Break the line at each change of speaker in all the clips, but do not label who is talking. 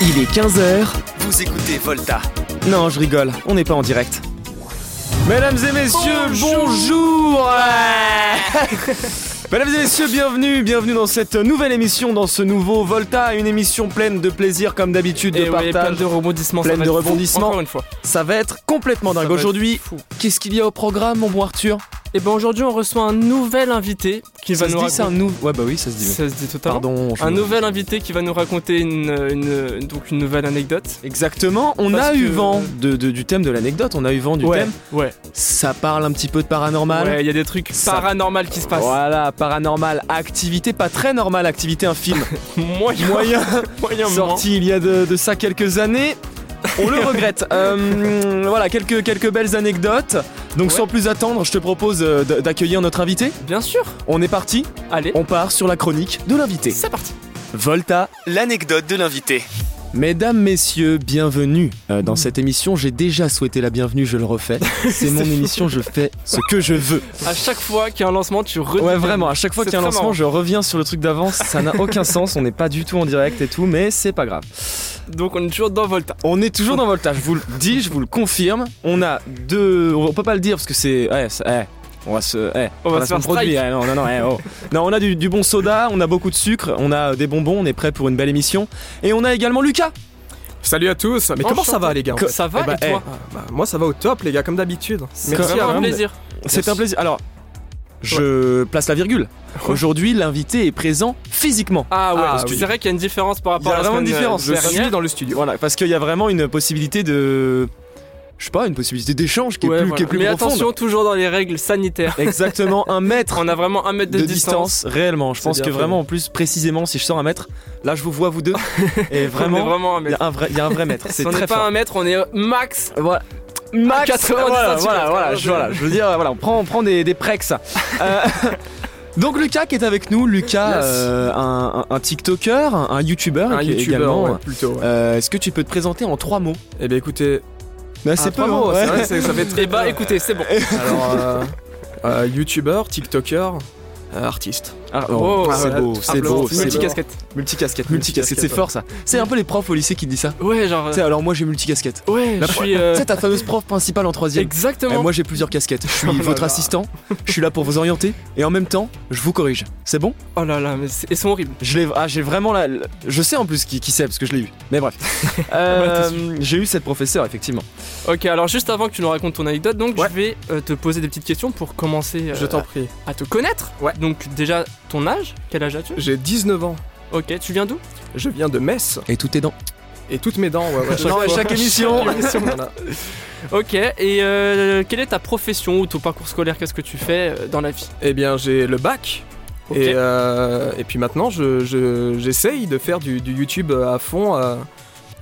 Il est 15h.
Vous écoutez Volta.
Non, je rigole, on n'est pas en direct. Mesdames et messieurs, bonjour,
Bonjour.
Ouais. Mesdames et messieurs, bienvenue, bienvenue dans cette nouvelle émission, dans ce nouveau Volta, une émission pleine de plaisir comme d'habitude, de
Et Eh ouais, plein
partage.
de rebondissements, ça
plein
va
de
être fou,
rebondissements.
Encore une fois.
Ça va être complètement dingue.
va être
Aujourd'hui,
fou.
qu'est-ce qu'il y a au programme, mon bon Arthur
Et ben aujourd'hui, on reçoit un nouvel invité qui
Ça
va
se
nous
dit, c'est un
raconter.
nou... Ouais, bah oui, ça se dit. oui.
Ça se dit totalement.
Pardon. je-
Un nouvel invité qui va nous raconter une, une- donc une nouvelle anecdote.
Exactement, on
Parce
a eu
que-
vent de- de- du thème de l'anecdote, on a eu vent du
ouais,
thème.
ouais,
Ça parle un petit peu de paranormal.
ouais, il y a des trucs
Bah, Ça-
paranormaux qui se passent.
Voilà, paranormal, activité, pas très normale, activité, un film
Moyen,
moyen
moyen
sorti il y a de, de ça quelques années. On le regrette. Euh, voilà, quelques, quelques belles anecdotes. Donc
Ouais.
sans plus attendre, je te propose euh, d- d'accueillir notre invité.
moment. Bien sûr.
On est parti,
Allez,
on part sur la chronique de l'invité.
c'est parti.
Volta,
L'anecdote de l'invité.
Mesdames, messieurs, bienvenue euh, dans cette émission. J'ai déjà souhaité la bienvenue, je le refais. C'est mon émission, je fais ce que je veux.
À chaque fois qu'il y a un lancement, tu redis.
Ouais, vraiment, à chaque fois
C'est
qu'il y a un
très
lancement,
marrant.
je reviens sur le truc d'avance. Ça n'a aucun sens, on n'est pas du tout en direct et tout, mais c'est pas grave.
Donc on est toujours dans Volta.
On est toujours dans Volta, je vous le dis, je vous le confirme. On a deux. On peut pas le dire parce que c'est. Ouais, c'est- eh, On va se. eh,
On va se faire
prendre produit.
strike.
eh, non, non, non, eh, oh. non, on a du, du bon soda, on a beaucoup de sucre, on a des bonbons, on est prêt pour une belle émission. Et on a également Lucas.
Salut à tous, mais comment
Enchanté.
ça va les gars
Co-
Ça va
Eh bah,
et toi
eh,
Ah, bah, Moi ça va au top les gars comme d'habitude.
C'est
Merci
vraiment
à
un
vous.
plaisir.
eh, C'est un plaisir. Alors, je place la virgule. Aujourd'hui, l'invité est présent physiquement.
Ah ouais,
Ah
parce que
oui.
c'est vrai qu'il y a une différence par
Il y
rapport
a
à la
vraiment une
semaine, euh,
différence.
Je
Dernière.
suis dans le studio.
Voilà, parce qu'il y a vraiment une possibilité de. Je sais pas, une possibilité d'échange qui est
Ouais,
plus,
voilà.
qui est plus
Mais
profonde.
attention, toujours dans les règles sanitaires.
Exactement, un mètre
On a vraiment un mètre de,
de distance, réellement. Je
C'est
pense
bien
que
fait.
vraiment, en plus, précisément, si je sors un mètre, là, je vous vois, vous deux. Et
Vraiment,
vraiment,
vraiment un
il y,
mètre.
a un vrai- il y a un vrai mètre. C'est
Si on
très
n'est pas
fort.
un mètre, on est euh, max.
Voilà.
Max, 90
voilà, voilà,
centimètres.
voilà, je, voilà, je veux dire, voilà, on prend, on prend des, des prex. Euh, donc Lucas qui est avec nous, Lucas,
Yes.
euh, un, un- un TikToker, un, un YouTuber,
Un
qui est
youtubeur
également.
ouais, plutôt. Ouais.
Euh, Est-ce que tu peux te présenter en trois mots
Eh bien écoutez,
Bah,
ah, trois mots,
hein,
c'est
ouais.
vrai, c'est- ça fait
Et
très
bah
peu.
écoutez, c'est bon.
Alors euh, euh, youtubeur, tiktoker, euh, artiste.
Ah,
Oh,
c'est
ouais,
beau, c'est
simplement,
beau, c'est
c'est
beau.
multicasquette.
Multicasquette.
Multicasquette, multicasquette, c'est fort ça. C'est un peu les profs au lycée qui disent ça.
Ouais, genre. euh,
Tu sais, alors moi j'ai multicasquette.
Ouais,
La
je
pro-
suis. euh,
Tu sais, ta fameuse prof principale en troisième.
Exactement.
Eh, moi j'ai plusieurs casquettes. Je suis votre
là.
assistant, je suis là pour vous orienter et en même temps je vous corrige. C'est bon
Oh là là, mais c'est- ils sont horribles.
Je l'ai, ah, j'ai vraiment la, la- je sais en plus qui, qui c'est parce que je l'ai eu. Mais bref, Euh, j'ai eu cette professeure effectivement.
Ok, alors juste avant que tu nous racontes ton anecdote, donc
Ouais.
je vais euh, te poser des petites questions pour commencer euh,
Je t'en prie.
à, à te connaître.
Ouais.
Donc déjà ton âge, quel âge as-tu
J'ai 19 ans.
Ok, tu viens d'où
Je viens de Metz
Et tout est dans.
et toutes mes dents. Ouais, ouais,
Non, à chaque émission.
Voilà.
Ok, et euh, quelle est ta profession ou ton parcours scolaire Qu'est-ce que tu fais euh, dans la vie
Eh bien j'ai le bac.
Ok.
Et, euh, et puis maintenant, je- je- j'essaye de faire du, du YouTube à fond, euh,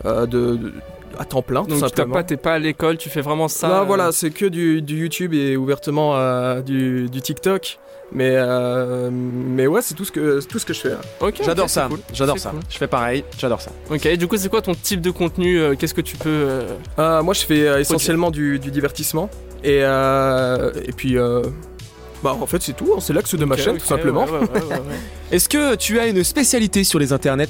euh, de, de- à temps plein, tout
Donc t'as
simplement.
pas, t'es pas à l'école, tu fais vraiment ça.
Là,
euh,
voilà, c'est que du, du YouTube et ouvertement euh, du, du TikTok. Mais, euh, mais ouais, c'est tout, ce que- c'est tout ce que je fais.
Ok.
J'adore
ok,
ça,
c'est cool.
j'adore
C'est
ça.
cool.
Je fais pareil, j'adore ça.
Ok. Et du coup, c'est quoi ton type de contenu euh, Qu'est-ce que tu peux euh,
Euh, moi, je fais euh, essentiellement du, du divertissement. Et, euh, et puis, euh, bah, en fait, c'est tout. hein. C'est l'axe
Bah,
de ma
ok,
chaîne,
ok,
tout simplement.
ouais, ouais, ouais, ouais, ouais.
Est-ce que tu as une spécialité sur les internets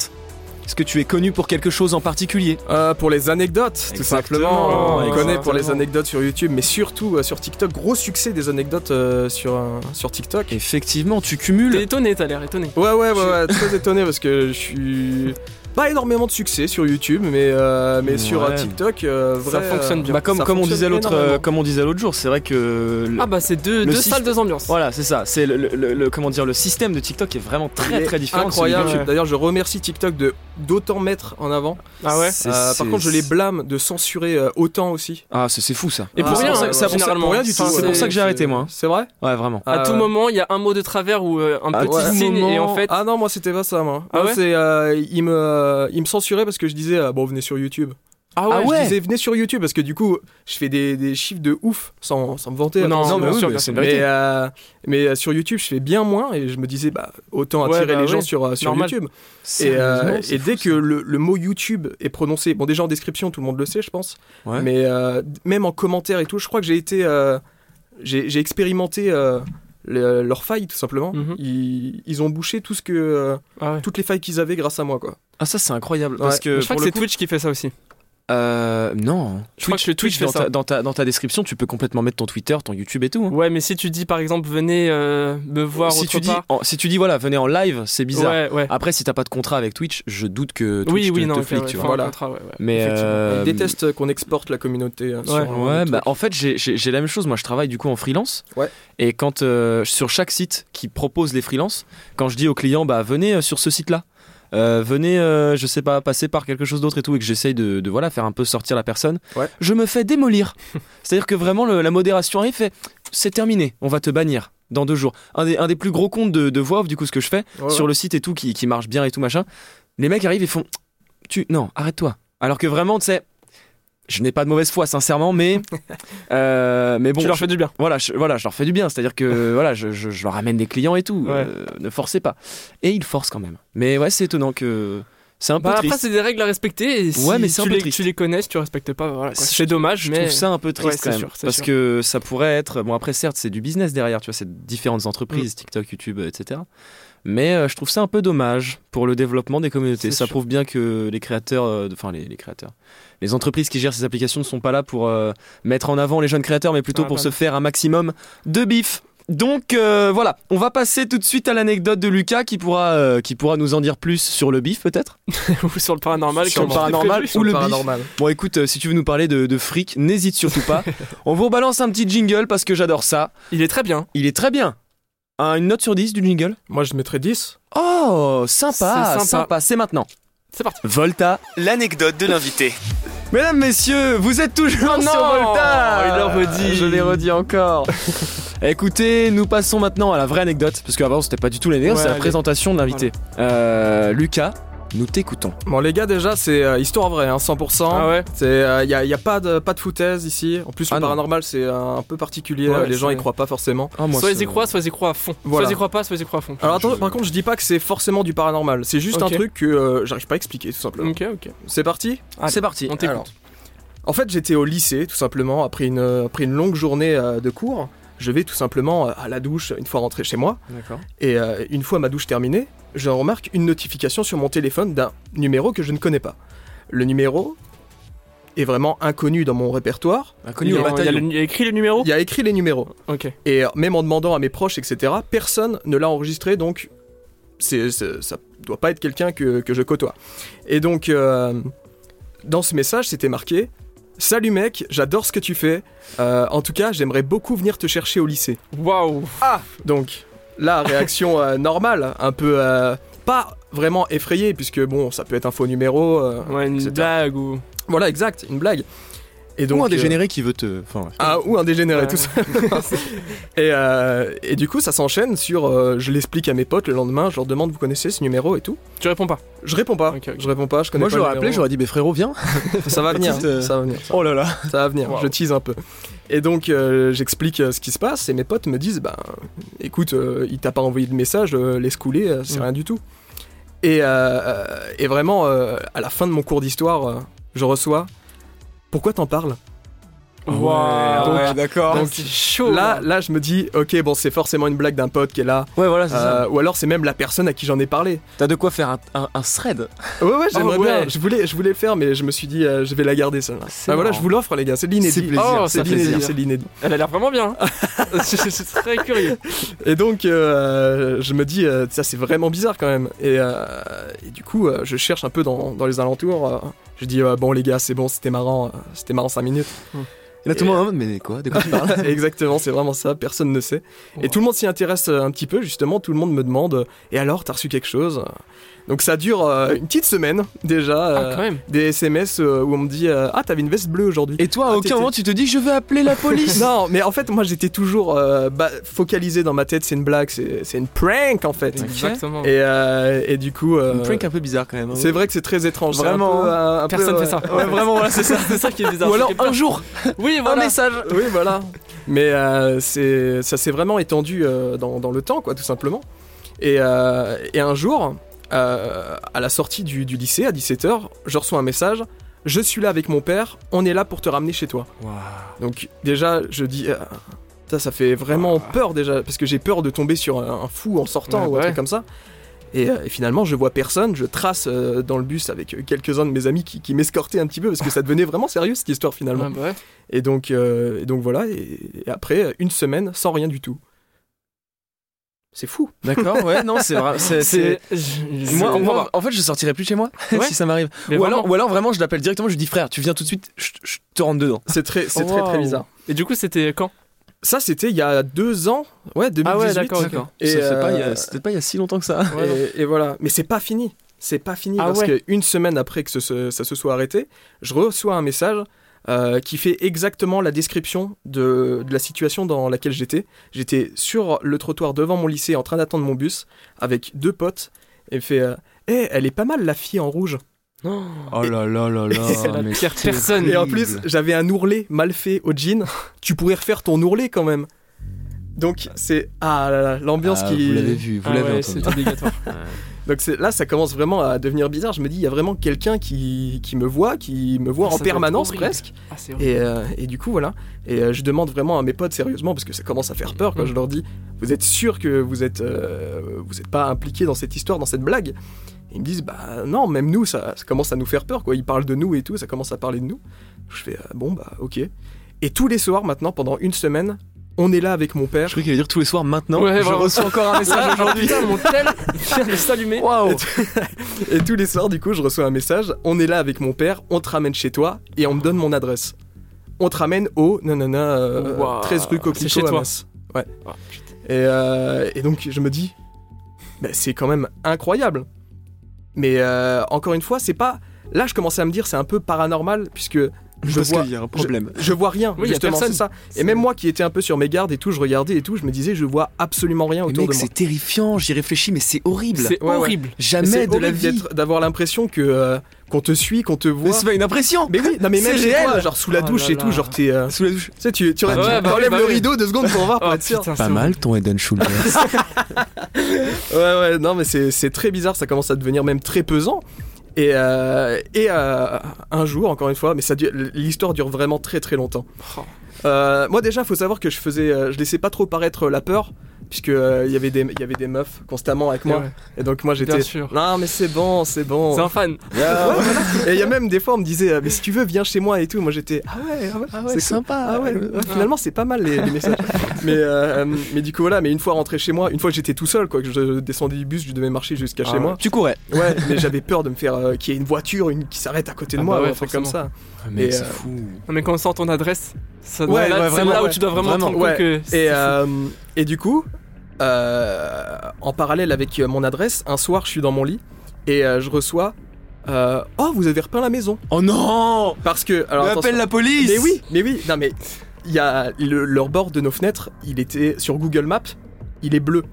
Est-ce que tu es connu pour quelque chose en particulier
Euh, pour les anecdotes, tout
Exactement,
simplement. On
exactement.
connaît pour les anecdotes sur YouTube, mais surtout euh, sur TikTok. Gros succès des anecdotes euh, sur, euh, sur TikTok.
Effectivement, tu
T'es
cumules.
étonné, t'as l'air étonné.
Ouais, ouais, ouais,
Je-
ouais, très étonné parce que je suis. Pas énormément de succès sur YouTube, mais, euh, mais sur
Ouais.
euh, TikTok, euh,
Ça
vrai,
fonctionne
euh,
bien.
Bah, comme
ça
comme on disait
fonctionne
l'autre, euh,
énormément.
comme on disait l'autre jour, c'est vrai que. le-
Ah bah c'est deux,
Le
deux
système-
salles, deux ambiances.
Voilà, c'est ça. C'est le, le- le- le- comment dire le système de TikTok est vraiment très
Il est
très différent. de celui de
Incroyable.
YouTube.
ouais.
D'ailleurs, je remercie TikTok de d'autant mettre en avant.
Ah ouais.
C'est-
Euh,
c'est-
par contre, je les blâme de censurer euh, autant aussi.
Ah, c'est c'est fou ça.
Et pour
Ah,
rien,
ouais,
hein,
ouais,
c'est pour, ça-
généralement.
pour rien du tout.
Enfin,
C'est pour ça que j'ai arrêté moi.
C'est vrai
hein. Ouais, vraiment.
À
Euh,
tout moment, il y a un mot de travers ou euh, un
Ah,
petit
ouais.
signe, et en fait,
Ah non, moi c'était pas ça, moi.
Ah
Moi,
ouais
c'est, euh, il me euh, il me censurait parce que je disais euh, bon venez sur YouTube.
ah
ouais,
ouais,
je
Je disais venez sur YouTube parce que du coup je fais des, des chiffres de ouf sans, sans me vanter.
Non,
attention.
bien
oui,
sûr,
mais
bien
c'est
sûr.
une
Mais,
vérité.
euh, mais euh, sur YouTube, je fais bien moins et je me disais, bah, autant
Ouais,
attirer
bah
les gens
ouais.
sur, euh, sur
Normal.
YouTube. Et, euh,
Sérieusement, c'est
et
fou,
dès
ça.
que le, le mot YouTube est prononcé, bon, déjà en description, tout le monde le sait, je pense,
Ouais.
mais euh, d- même en commentaire et tout, je crois que j'ai été. euh, j'ai j'ai expérimenté euh, le- leurs failles tout simplement.
Mhm.
ils, ils ont bouché tout ce que, euh,
Ah ouais.
toutes les failles qu'ils avaient grâce à moi quoi.
Ah, ça, c'est incroyable. Parce
Ouais.
que.
je
Euh, pour
crois que
le
c'est
coup-
Twitch qui fait ça aussi.
Euh, non.
Je crois que le Twitch fait
dans,
ça.
Ta, dans, ta, dans ta description, tu peux complètement mettre ton Twitter, ton YouTube et tout. hein.
Ouais, mais si tu dis par exemple, venez euh, me voir
si,
autre
tu dis,
part.
en- si tu dis, voilà, venez en live, c'est bizarre.
Ouais, ouais.
Après, si t'as pas de contrat avec Twitch, je doute que Twitch
oui,
te,
oui, non,
te
ok,
flique,
ouais,
tu
faut
vois.
un
Voilà.
contrat, ouais, ouais.
Mais
Effectivement.
euh,
Ils détestent qu'on exporte la communauté. euh, sur,
Ouais.
euh,
Ouais,
le
bah,
truc.
en fait, j'ai- j'ai j'ai la même chose. Moi, je travaille du coup en freelance.
Ouais.
Et quand euh, sur chaque site qui propose les freelances, quand je dis aux clients, bah venez euh, sur ce site-là, euh, venez, euh, je sais pas, passer par quelque chose d'autre et tout, et que j'essaye de, de, voilà faire un peu sortir la personne,
Ouais.
je me fais démolir. C'est-à-dire que vraiment le- la modération arrive, fait c'est terminé, on va te bannir dans deux jours. Un des, un des plus gros comptes de, de voix off, du coup, ce que je fais
Ouais,
sur
ouais.
le site et tout, qui, qui marche bien et tout machin, les mecs arrivent et font, tu non, arrête-toi. Alors que vraiment, tu sais. Je n'ai pas de mauvaise foi, sincèrement, mais euh, mais bon,
tu leur fais du bien.
voilà, je, voilà, je leur fais du bien. C'est-à-dire que voilà, je, je- je leur amène des clients et tout.
Ouais.
euh, ne forcez pas. Et ils forcent quand même. Mais ouais, c'est étonnant que c'est un peu
Bah,
triste.
après, c'est des règles à respecter. Et si
Ouais, mais c'est un
tu,
peu
les,
triste.
tu les connais, si tu respectes pas, voilà. quoi.
Je-
C'est dommage,
je
mais.
trouve ça un peu
Ouais,
triste
c'est
quand même,
sûr, c'est
parce
sûr.
que ça pourrait être bon après certes c'est du business derrière tu vois c'est différentes
Mm.
entreprises TikTok YouTube euh, etc mais euh, je trouve ça un peu dommage pour le développement des communautés
C'est
ça
sûr.
prouve bien que les créateurs euh, enfin les, les créateurs les entreprises qui gèrent ces applications ne sont pas là pour euh, mettre en avant les jeunes créateurs mais plutôt
Ah,
pour
bah
se
non.
faire un maximum de bif donc euh, voilà, on va passer tout de suite à l'anecdote de Lucas qui pourra, euh, qui pourra nous en dire plus sur le bif peut-être.
ou sur le paranormal.
Sur le
comme c'était
paranormal,
prévu.
ou
Sur
le bif.
paranormal.
Bon écoute, euh, si tu veux nous parler de, de fric, n'hésite surtout pas. on vous balance un petit jingle parce que j'adore ça.
Il est très bien.
Il est très bien. Un- une note sur 10 du jingle.
Moi je mettrais 10.
Oh, sympa,
C'est
sympa,
sympa.
c'est maintenant.
C'est parti.
Volta, l'anecdote de l'invité. Mesdames, messieurs, vous êtes toujours
Oh
sur
non,
Volta.
il le redit.
Je l'ai redit encore. Écoutez, nous passons maintenant à la vraie anecdote, parce qu'avant c'était pas du tout l'anecdote,
Ouais,
c'est la
allez.
présentation de l'invité. Euh, Lucas, nous t'écoutons.
Bon les gars déjà c'est euh, histoire vraie hein, 100%.
Ah ouais.
Il n'y a, euh, y a pas de, pas de foutaise ici. En plus,
Ah
le
non.
paranormal, c'est un un peu particulier.
Ouais,
les gens
c'est-
y croient pas forcément.
Ah, moi,
soit ils
c'est-
y croient, soit ils y croient à fond.
Voilà. Ah.
Soit ils y croient pas, soit ils y croient à fond.
Alors, attends,
Je-
par contre, je dis pas que c'est forcément du paranormal. C'est juste
Ok.
un truc que euh, j'arrive pas à expliquer, tout simplement.
Mm.
Ok, ok.
C'est parti
C'est parti.
On t'écoute.
Alors, En fait, j'étais au lycée, tout simplement, après une, euh, après une longue journée euh, de cours. Je vais tout simplement euh, à la douche une fois rentré chez moi.
D'accord.
Et euh, une fois ma douche terminée, je remarque une notification sur mon téléphone d'un numéro que je ne connais pas. Le numéro est vraiment inconnu dans mon répertoire.
Il
Inconnu
y
au
a- il y a
bataillon.
le- il y a écrit le numéro
Il y a écrit les numéros.
Ok.
Et euh, même en demandant à mes proches, etc., personne ne l'a enregistré, donc c'est, c'est- ça doit pas être quelqu'un que, que je côtoie. Et donc, euh, dans ce message, c'était marqué Salut mec, j'adore ce que tu fais. Euh, en tout cas, j'aimerais beaucoup venir te chercher au lycée.
Waouh.
Ah
Donc, là, réaction euh, normale, un peu euh, pas vraiment effrayée, puisque bon, ça peut être un faux numéro. euh,
Ouais, une
etc.
blague ou.
Voilà, exact, une blague. Et
Ou un
euh,
dégénéré qui veut te. Enfin, ouais.
ah, ou un dégénéré,
Ouais.
tout ça. et, euh, et du coup, ça s'enchaîne sur. euh, je l'explique à mes potes le lendemain, je leur demande vous connaissez ce numéro et tout.
Tu réponds pas.
Je réponds pas.
Ok, ok.
Je réponds pas, je connais
Moi,
pas.
je
le
l'aurais appelé,
numéro.
j'aurais dit, mais frérot, viens.
Ça va venir,
petite, euh,
ça va venir. Ça,
Oh là là.
ça va venir,
Wow.
je tease un peu. Et donc, euh, j'explique euh, ce qui se passe et mes potes me disent bah écoute, euh, il t'a pas envoyé de message, euh, laisse couler, euh, c'est
Mm.
rien du tout. Et, euh, et vraiment, euh, à la fin de mon cours d'histoire, euh, je reçois pourquoi t'en parles
Waouh.
Donc,
ouais.
d'accord.
Ah, c'est chaud.
Là, là, je me dis, ok, bon, c'est forcément une blague d'un pote qui est là,
Ouais, voilà, c'est ça.
Euh, ou alors c'est même la personne à qui j'en ai parlé.
T'as de quoi faire un, un, un thread.
Ouais, ouais, j'aimerais
ouais.
bien. Je voulais, je voulais le faire, mais je me suis dit, euh, je vais la garder celle-là.
C'est
Bah voilà,
marrant.
je vous l'offre, les gars. C'est de
C'est
l'inédit.
plaisir,
Oh,
ça
c'est
c'est
de
fait plaisir.
l'inédit, c'est de l'inédit.
Elle a l'air vraiment bien. hein. je suis très curieux.
Et donc, euh, je me dis, euh, ça c'est vraiment bizarre quand même. Et, euh, et du coup, euh, je cherche un peu dans, dans les alentours. euh, je dis, euh, bon, les gars, c'est bon, c'était marrant, euh, c'était marrant 5 minutes.
Et là, tout le monde est en mode, mais quoi, de quoi tu parles
Exactement, c'est vraiment ça, personne ne sait. Et tout le monde s'y intéresse euh, un petit peu, justement, tout le monde me demande, euh, et alors, t'as reçu quelque chose Donc ça dure euh, une petite semaine déjà.
Ah,
euh,
quand même.
des SMS euh, où on me dit euh, Ah, t'avais une veste bleue aujourd'hui.
Et toi, à
Ah,
aucun
t'étais-
moment, tu te dis, je vais appeler la police.
Non, mais en fait, moi j'étais toujours euh, bah, focalisé dans ma tête c'est une blague, c'est c'est une prank en fait.
Ok.
Exactement.
Et, euh, et du coup. euh,
Un prank un peu bizarre quand même. hein.
c'est vrai que c'est très étrange. c'est
Vraiment,
un peu, euh, un peu,
Personne
ouais.
fait ça.
Ouais, vraiment, voilà, c'est ça.
c'est ça qui est bizarre.
Ou alors
c'est que-
un jour,
Oui,
un
voilà.
message.
oui, voilà. Mais euh, c'est- ça s'est vraiment étendu euh, dans, dans le temps, quoi, tout simplement. Et, euh, et un jour, euh, à la sortie du, du lycée, à 17h, je reçois un message. Je suis là avec mon père, on est là pour te ramener chez toi. Donc déjà, je dis, euh, putain, Ça, ça fait vraiment peur déjà, parce que j'ai peur de tomber sur un, un fou en sortant
Ouais,
ou un
ouais.
truc comme ça. Et, euh, et finalement, je vois personne, je trace euh, dans le bus avec euh, quelques-uns de mes amis qui, qui m'escortaient un petit peu, parce que ça devenait vraiment sérieux cette histoire finalement.
Ouais, bah ouais.
Et, donc, euh, et donc voilà, et, et après, euh, une semaine sans rien du tout. C'est fou.
D'accord, ouais, non, c'est vrai. c'est- c'est-
C'est. je-
Moi,
je-
moi, en fait, je sortirai plus chez moi
Ouais.
si ça m'arrive.
Mais
Ou alors,
vraiment.
ou alors, vraiment, je l'appelle directement, je lui dis frère, tu viens tout de suite, je, je te rentre dedans.
C'est très, c'est
Oh,
très, très
waouh.
bizarre.
Et du coup, c'était quand
Ça, c'était il y a deux ans, ouais, 2018.
Ah ouais, d'accord, d'accord.
Et,
Ça, c'est pas il y
euh,
a- C'était pas il y a si longtemps que ça.
Ouais, non.
et, et voilà. Mais c'est pas fini. C'est pas fini
Ah
parce
ouais.
que une semaine après que ce- ce- ça se soit arrêté, je reçois un message euh, qui fait exactement la description de, de la situation dans laquelle j'étais. J'étais sur le trottoir devant mon lycée en train d'attendre mon bus avec deux potes et il fait euh, Eh, elle est pas mal la fille en rouge.
Oh là là là
C'est la
Ah, mais
pire
c'est
personne.
Et en plus, j'avais un ourlet mal fait au jean. tu pourrais refaire ton ourlet quand même. Donc c'est ah là là, l'ambiance
Ah,
qui
Vous l'avez vu, vous
Ah
l'avez
ouais,
entendu.
c'est obligatoire.
Donc c'est- là, ça commence vraiment à devenir bizarre. Je me dis, il y a vraiment quelqu'un qui, qui me voit, qui me voit
Ah, ça
en
doit être
permanence
horrible.
presque.
Ah, c'est horrible.
Et, euh, et du coup, voilà. Et euh, je demande vraiment à mes potes sérieusement, parce que ça commence à faire peur quand
Mhm.
je leur dis, vous êtes sûr que vous êtes, euh, vous êtes pas impliqué dans cette histoire, dans cette blague Et Ils me disent, bah non, même nous, ça, ça commence à nous faire peur, quoi. Ils parlent de nous et tout, ça commence à parler de nous. Je fais, ah, bon, bah ok. Et tous les soirs, maintenant, pendant une semaine, on est là avec mon père.
Je croyais qu'il allait dire tous les soirs maintenant.
Ouais,
je
voilà.
reçois encore un message aujourd'hui.
Putain, mon tel vient de s'allumer.
Waouh
Et tous les soirs, du coup, je reçois un message. On est là avec mon père, on te ramène chez toi et on me donne mon adresse. On te ramène au nanana, euh,
Ouah,
13 rue Coquelicot
c'est chez
à
toi.
Metz. Ouais.
Ah,
et, euh, et donc, je me dis, bah, c'est quand même incroyable. Mais euh, encore une fois, c'est pas. Là, je commençais à me dire, c'est un peu paranormal puisque je
Parce
vois.
qu'il y a un problème.
Je vois rien,
Oui, y a
justement,
personne.
c'est ça. Et même moi qui étais un peu sur mes gardes et tout, je regardais et tout, je me disais, je vois absolument rien
Mais
autour
mec,
de moi.
c'est terrifiant, j'y réfléchis, mais c'est horrible.
C'est
Ouais, ouais.
horrible.
Jamais
C'est
de la
horrible
vie.
d'être- d'avoir l'impression que euh, qu'on te suit, qu'on te voit.
Mais c'est pas une impression
Mais oui, non mais même
C'est
chez
réel.
toi, genre sous la
Oh
douche
là
et tout,
là.
genre t'es. euh, tu
Sous la douche.
sais, tu, tu
Ah ouais, bah
enlèves
oui, bah
le
oui.
rideau deux secondes pour voir, pour
Oh,
être Ah, sûr.
putain,
Pas
c'est
mal ton Eden Schulder.
Ah Ouais, ouais, non mais c'est c'est très bizarre, ça commence à devenir même très pesant. Et, euh, et euh, un jour, encore une fois, mais ça dure- l'histoire dure vraiment très très longtemps.
Oh.
Euh, moi déjà, faut savoir que je faisais, euh, je laissais pas trop paraître la peur, puisque euh, il y avait des, il y avait des meufs constamment avec moi,
Ouais.
et donc moi j'étais.
Bien sûr.
Non mais c'est bon, c'est Ah. bon.
C'est un fan.
Ouais, voilà. Et il y a même des fois on me disait, euh, mais si tu veux viens chez moi et tout, moi j'étais. Ah ouais, ah ouais, c'est cool.
sympa.
Ah ouais, ouais, finalement c'est pas mal les, les messages. mais, euh, mais du coup voilà, mais une fois rentré chez moi, une fois que j'étais tout seul, quoi, que je descendais du bus, je devais marcher
Ah
jusqu'à chez moi.
Tu courais.
Ouais, mais j'avais peur de me faire euh, qu'il y ait une voiture une, qui s'arrête à côté de
Ah
moi,
bah
ou
ouais,
un truc comme ça.
Mais
Et,
Ah, c'est
euh,
fou.
Non, mais quand on sent ton adresse, ça doit
Ouais,
là,
ouais,
c'est
vraiment,
là où
ouais.
tu dois vraiment,
Vraiment,
te rendre
ouais.
compte que. c'est
Et,
fou.
euh, et du coup, euh, en parallèle avec euh, mon adresse, un soir je suis dans mon lit et euh, je reçois. euh, oh, vous avez repeint la maison
Oh non
Parce que. Alors, attention.
Appelle la police
Mais oui, mais oui, non mais il y a le- leur bord de nos fenêtres, il était sur Google Maps, il est bleu.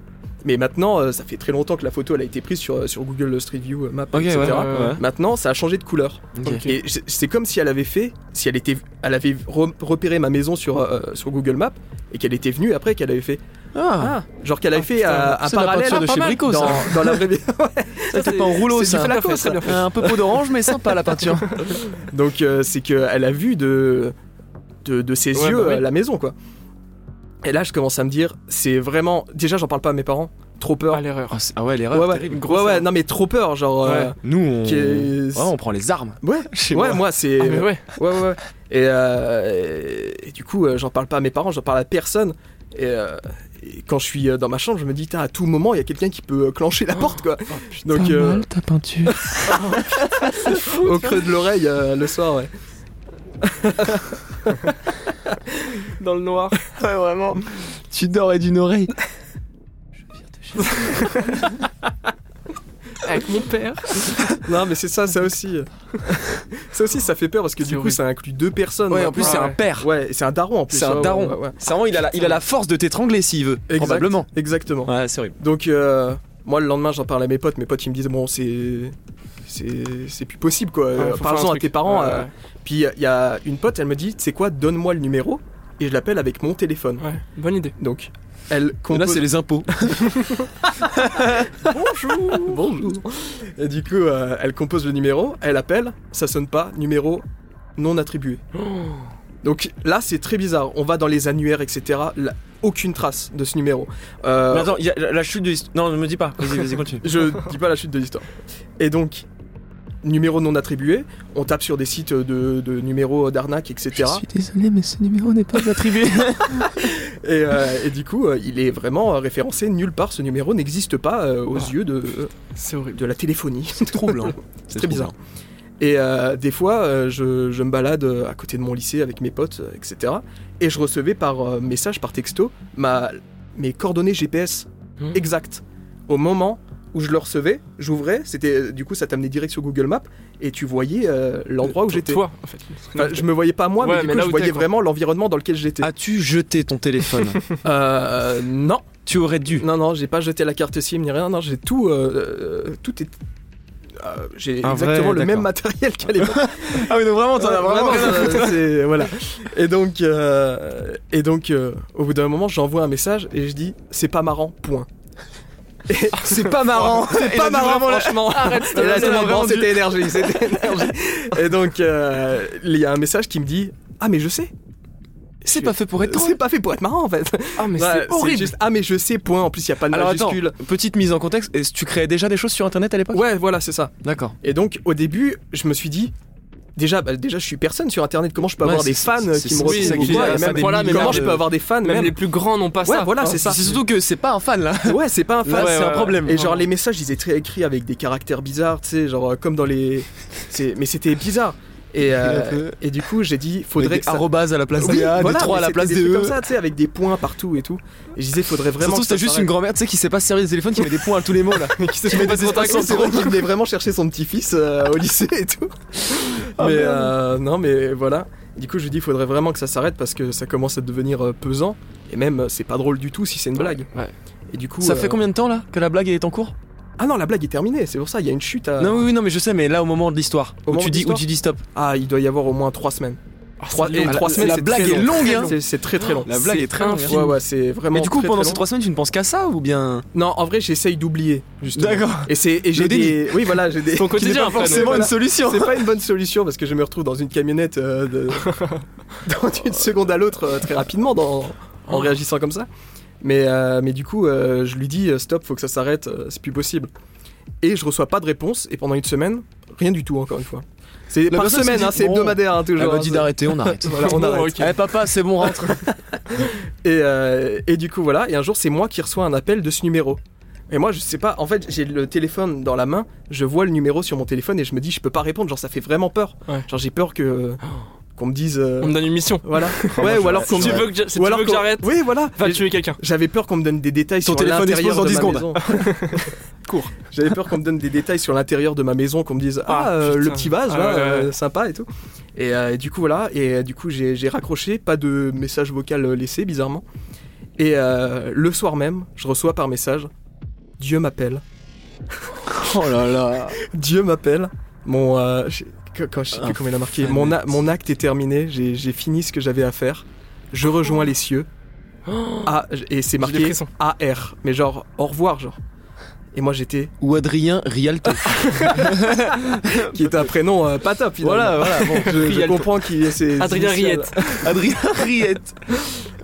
Mais maintenant, euh, ça fait très longtemps que la photo elle a été prise sur, euh, sur Google Street View euh, Map,
Ok, ouais,
etc.
ouais,
euh,
ouais.
Maintenant, ça a changé de couleur.
Ok.
Et c'est- c'est comme si elle avait fait, si elle était, elle avait re- repéré ma maison sur euh, sur Google Maps et qu'elle était venue après qu'elle avait fait,
Ah,
genre qu'elle avait
Ah,
fait
putain,
euh, un
c'est la
parallèle
peinture de
pas
chez
mal,
Brico,
dans,
ça.
dans la vraie vie.
ça t'es pas en rouleau
c'est du
ça.
flaco,
Parfait,
ça.
très bien fait. Un peu peau d'orange, mais sympa la peinture.
Donc euh, c'est qu'elle a vu de, de, de ses
Ouais,
yeux
bah oui.
euh, la maison, quoi. Et là, je commence à me dire, c'est vraiment... Déjà, j'en parle pas à mes parents. Trop peur.
Ah, l'erreur.
Ah, c'est- ah ouais,
ouais,
l'erreur.
ouais,
terrible.
ouais, ouais, non, mais trop peur, genre... euh,
Ouais.
Nous, on...
qui est-
Ouais, on prend les armes.
Ouais,
Chez
ouais,
moi.
moi, c'est...
Ah, mais ouais.
Ouais, ouais, ouais. Et, euh, et, et du coup, euh, j'en parle pas à mes parents, j'en parle à personne. Et, euh, et quand je suis euh, dans ma chambre, je me dis, Tain, à tout moment, il y a quelqu'un qui peut euh, clencher
Oh,
la porte, quoi. Donc, euh,
ta peinture.
au creux de l'oreille, euh, le soir, ouais.
Dans le noir.
ouais, vraiment. Tu dors et d'une oreille.
Avec mon père.
Non, mais c'est ça, ça aussi. ça aussi, ça fait peur, parce que
C'est
du coup,
horrible.
ça inclut deux personnes. Ah.
Ouais, en plus,
Ouais,
c'est un
ouais.
père.
Ouais, et c'est un daron en plus.
C'est un
Ouais, ouais,
daron.
ouais, ouais.
C'est vraiment, il a, la, il a la force de t'étrangler s'il veut.
Exact.
Probablement.
Exactement.
Ouais, c'est horrible.
Donc, euh, moi, le lendemain, j'en parle à mes potes. Mes potes, ils me disent Bon, c'est. C'est c'est plus possible, quoi.
Ouais,
Euh,
faut faire un
Parle-en à
truc.
tes parents.
Ouais,
euh.
ouais.
Puis, il y a une pote, elle me dit Tu sais quoi, donne-moi le numéro. Et je l'appelle avec mon téléphone.
Ouais, bonne idée.
Donc, elle
Et Là,
compose.
c'est les impôts.
Bonjour Bonjour Et du coup, euh, elle compose le numéro, elle appelle, ça sonne pas, numéro
Oh.
non attribué. Donc là, c'est très bizarre. On va dans les annuaires, etc. La- aucune trace de ce numéro. Euh,
Mais attends, il y a la la chute de l'histoire. Non, ne me dis pas. Vas-y, vas-y, continue.
je dis pas la chute de l'histoire. Et donc, numéro non attribué, on tape sur des sites de, de numéros d'arnaque, etc.
désolé, mais ce numéro n'est pas attribué.
Et, euh, et du coup, euh, il est vraiment euh, référencé nulle part. Ce numéro n'existe pas euh, aux
Ah.
yeux de, euh,
C'est horrible.
de la téléphonie. C'est
hein.
troublant.
C'est
C'est très bizarre. Et euh, des fois, euh, je, je me balade euh, à côté de mon lycée avec mes potes, euh, etc. Et je recevais par euh, message, par texto, ma, mes coordonnées GPS
Hmm.
exactes. Au moment où je le recevais, j'ouvrais, c'était euh, du coup ça t'amenait direct sur Google Maps et tu voyais euh, l'endroit où
Pour
j'étais.
Toi, en fait.
Enfin, je me voyais pas moi,
Ouais,
mais du
mais
coup
là
je
où t'es,
voyais
quoi. Ah.
vraiment l'environnement dans lequel j'étais.
As-tu jeté ton téléphone
Euh, non,
Tu aurais dû.
non, non, j'ai pas jeté la carte SIM ni rien. Non, j'ai tout, euh, euh, tout est. euh, j'ai
Un vrai-
exactement le même
d'accord.
matériel qu'à l'époque.
Ah oui, donc vraiment,
Ouais, vraiment, ça, c'est- voilà. Et donc, euh, et donc euh, au bout d'un moment, j'envoie un message et je dis c'est pas marrant, point. Et C'est pas marrant, c'est pas marrant, franchement.
Arrête,
Et là,
c'est
tout le monde,
vraiment
bon,
dur.
c'était énergie, c'était énergie. Et donc, euh, il y a un message qui me dit Ah, mais je sais,
C'est pas fait pour être drôle.
c'est pas fait pour être marrant en fait.
Ah, mais
Ouais,
c'est horrible.
juste, ah, mais je sais, point. En plus, il n'y a pas de
Alors attends,
majuscule.
petite mise en contexte, est-ce que tu créais déjà des choses sur internet à l'époque
Ouais, voilà, c'est ça.
D'accord.
Et donc au début, je me suis dit déjà bah, déjà je suis personne sur internet, comment je peux
Ouais,
avoir des
c'est-
fans
c'est-
euh,
c'est-
qui me
c'est-
c'est ça
retrouvent
qui
ou quoi,
est-
et
ça
même-
me problème, mais
comment
même
je
de-
peux avoir des fans
Même
même-
les plus grands n'ont pas
Ouais,
ça.
voilà,
hein.
c'est ça.
Ah, C'est surtout que c'est pas un fan là.
Ouais, c'est pas un fan,
Là,
c'est
c'est
un
un problème.
Et genre les messages, ils étaient écrits avec des caractères bizarres, tu sais, genre euh, comme dans les c'est- mais c'était bizarre. Et, euh, et du coup, j'ai dit faudrait
Faudrait
que ça
arrobase à la place
Oui,
des A, des
voilà,
3 à
mais
la
c'était
place
des
des
trucs
E.
comme ça, tu sais, avec des points partout et tout. Et je disais faudrait vraiment
Surtout
que ça
c'était juste
s'arrête.
une grand-mère, tu sais, qui sait pas se servir du téléphone, qui met des points à tous les mots là. Mais qui se
Mais des fois, C'est vrai qu'il venait vraiment chercher son petit-fils euh, au lycée et tout.
Ah,
mais
merde.
euh, non, mais voilà. Du coup, je lui dis, il faudrait vraiment que ça s'arrête parce que ça commence à devenir euh, pesant. Et même, euh, c'est pas drôle du tout si c'est une blague.
Ouais.
Et du coup.
Ça
euh,
fait combien de temps là que la blague elle est en cours
Ah non, la blague est terminée, c'est pour ça, il y a une chute à.
Non, oui, oui, non, mais je sais, mais là Euh. au moment de l'histoire,
Au
où
moment
tu
de
dis, où
l'histoire
tu dis stop.
Ah, il doit y avoir au moins 3 semaines. Trois-
long.
et
Ah,
trois
la-
semaines,
la
c'est
blague
très
est
long.
longue, hein.
C'est- C'est très très long.
La blague
C'est
est très longue.
infime.
hein.
Ouais, ouais, c'est vraiment.
Mais du coup,
très,
pendant
très
ces
long.
3 semaines, tu ne penses qu'à ça ou bien
Non, en vrai, j'essaye d'oublier. justement. Et c'est. et j'ai
Le déni.
des. Oui, voilà, j'ai des.
Ton quotidien,
pas
Fred.
forcément Voilà.
solution.
C'est pas une bonne solution parce que je me retrouve dans une camionnette euh, de- dans une seconde à l'autre euh, très rapidement dans- en réagissant comme ça. Mais, euh, mais du coup, euh, je lui dis euh, stop, faut que ça s'arrête, euh, c'est plus possible. Et je reçois pas de réponse et pendant une semaine, rien du tout encore une fois. C'est
La
par
personne
semaine,
se dit,
hein, c'est
bon,
hebdomadaire hein,
Elle
toujours.
m'a
hein,
dit
c'est-
d'arrêter, on arrête.
Voilà, on arrête.
Eh papa, c'est bon, rentre.
Et, euh, et du coup, voilà. Et un jour, c'est moi qui reçois un appel de ce numéro. Et moi, je sais pas. En fait, j'ai le téléphone dans la main. Je vois le numéro sur mon téléphone et je me dis, je peux pas répondre. Genre, ça fait vraiment peur.
Ouais.
Genre, j'ai peur que qu'on me dise. euh,
On me donne une mission.
Voilà. Ouais, ou alors qu'on
Si tu
me-
veux que je- si
ou
tu
alors
veux que
qu'on-
j'arrête,
Oui, voilà.
va
Et
tuer quelqu'un.
J'avais peur qu'on me donne des détails
Ton
sur
téléphone
l'intérieur
explose dans
de
10
ma
secondes.
maison.
Cours.
J'avais peur qu'on me donne des détails sur l'intérieur de ma maison, qu'on me dise ah,
Ah,
euh,
putain.
le petit vase
Ah,
là,
ouais, ouais,
euh,
ouais.
sympa et tout. Et euh, du coup voilà. Et euh, du coup j'ai j'ai raccroché, pas de message vocal euh, laissé bizarrement. Et euh, le soir même, je reçois par message Dieu m'appelle,
Oh là là.
Dieu m'appelle. Mon euh, j'ai- que- quand je sais plus
Ah,
comment il a marqué.
fanat.
Mon, a- mon acte est terminé. J'ai j'ai fini ce que j'avais à faire. Je rejoins les cieux.
Oh,
Ah, et c'est
des
marqué
frissons.
AR, mais genre au revoir, genre. Et moi j'étais,
Ou Adrien Rialto.
qui était un prénom euh, pas top. Finalement.
Voilà, voilà, bon.
je, je
Rialto.
comprends qui est. ses
Adrien
initiales.
Riette.
Adrien Riette.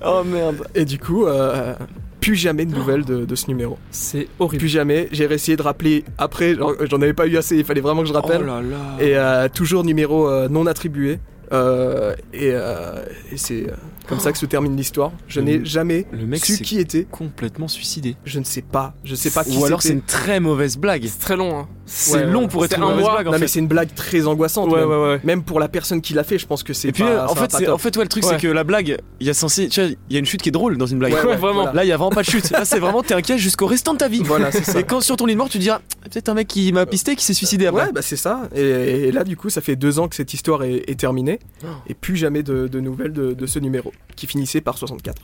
Oh merde.
Et du coup, euh, plus jamais de nouvelles de, de ce numéro.
C'est horrible.
Plus jamais. J'ai essayé de rappeler après, genre,
Oh.
j'en avais pas eu assez. Il fallait vraiment que je rappelle.
là là.
et euh, toujours numéro euh, non attribué. Euh, et euh, et c'est euh, comme ça que se termine l'histoire. Je n'ai
Le-
jamais
Le mec
su
s'est
qui était.
complètement suicidé.
Je ne sais pas. Je sais pas qui
Ou alors c'est
c'était.
une très mauvaise blague.
C'est très long. Hein.
C'est
ouais.
long pour
C'est
être une
un
mauvaise
mois.
blague en
Non mais
fait.
c'est une blague très angoissante.
Ouais, ouais,
même.
ouais.
Même pour la personne qui l'a fait, je pense que c'est
Et puis euh,
pas-
en
ça va
fait,
pas
c'est-
top.
en fait ouais, le truc
Ouais.
c'est que la blague, il y a censé, tu vois, il y a une chute qui est drôle dans une blague.
Ouais, ouais,
vraiment.
voilà.
Là, il y a vraiment pas de chute. Là, c'est vraiment t'es inquiet jusqu'au restant de ta vie.
Voilà, c'est ça.
Et quand sur ton lit de mort, tu diras Ah, peut-être un mec qui m'a pisté qui s'est suicidé après.
Ouais, bah c'est ça. Et, et là, du coup, ça fait deux ans que cette histoire est, est terminée.
Oh.
Et plus jamais de, de nouvelles de, de ce numéro, qui finissait par 64.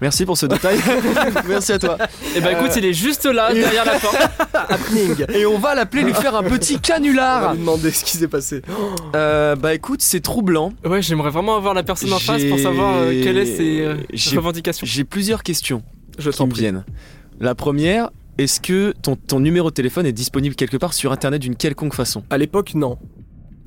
Merci pour ce détail. Merci à toi.
Et bah écoute, il est juste là, derrière la porte.
Happening
Et on va l'appeler lui faire un petit
On
Ah.
va
canular.
lui demander ce qui s'est passé.
Euh, bah écoute, c'est troublant.
Ouais, j'aimerais vraiment avoir la personne en face pour
J'ai-
savoir euh, quelle est ses euh,
J'ai-
revendications.
J'ai plusieurs questions
Je
qui
t'en
me
prie.
viennent. La première, est-ce que ton, ton numéro de téléphone est disponible quelque part sur internet d'une quelconque façon
À l'époque, non.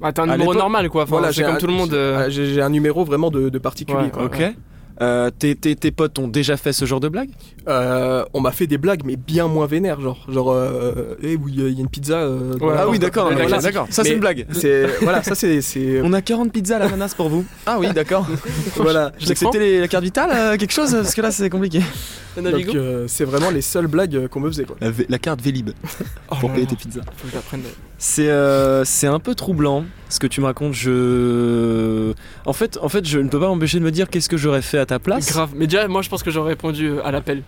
Ah, t'as un
À
numéro
l'époque-
normal quoi. Enfin,
Voilà,
c'est
j'ai
comme
un-
tout le monde. euh,
Ah, J'ai j'ai un numéro vraiment de, de particulier.
Ouais,
quoi.
ouais.
Euh, tes, tes- tes potes ont déjà fait ce genre de blague
Euh, on m'a fait des blagues, mais bien moins vénères, genre, genre, euh, eh oui, il y a une pizza. euh, dans la
Ah oui,
porte.
d'accord, ok,
Mais voilà,
d'accord. Ça, c'est
Mais-
une blague.
c'est voilà, ça c'est, c'est
On a 40 pizzas à l'ananas pour vous. Ah oui, d'accord.
voilà.
Je sais que c'était les- la carte vitale, euh, quelque chose, parce que là, c'est compliqué.
Le Navigo
Donc euh, c'est vraiment les seules blagues euh, qu'on me faisait quoi.
La, carte Vélib Oh
pour là payer là. tes
pizzas.
Faut que je la prenne.
C'est euh, c'est un peu troublant ce que tu me racontes. Je en fait en fait je ne peux pas m'empêcher de me dire qu'est-ce que j'aurais fait à ta place.
Grave. Mais déjà, moi, je pense que j'aurais répondu euh, à l'appel.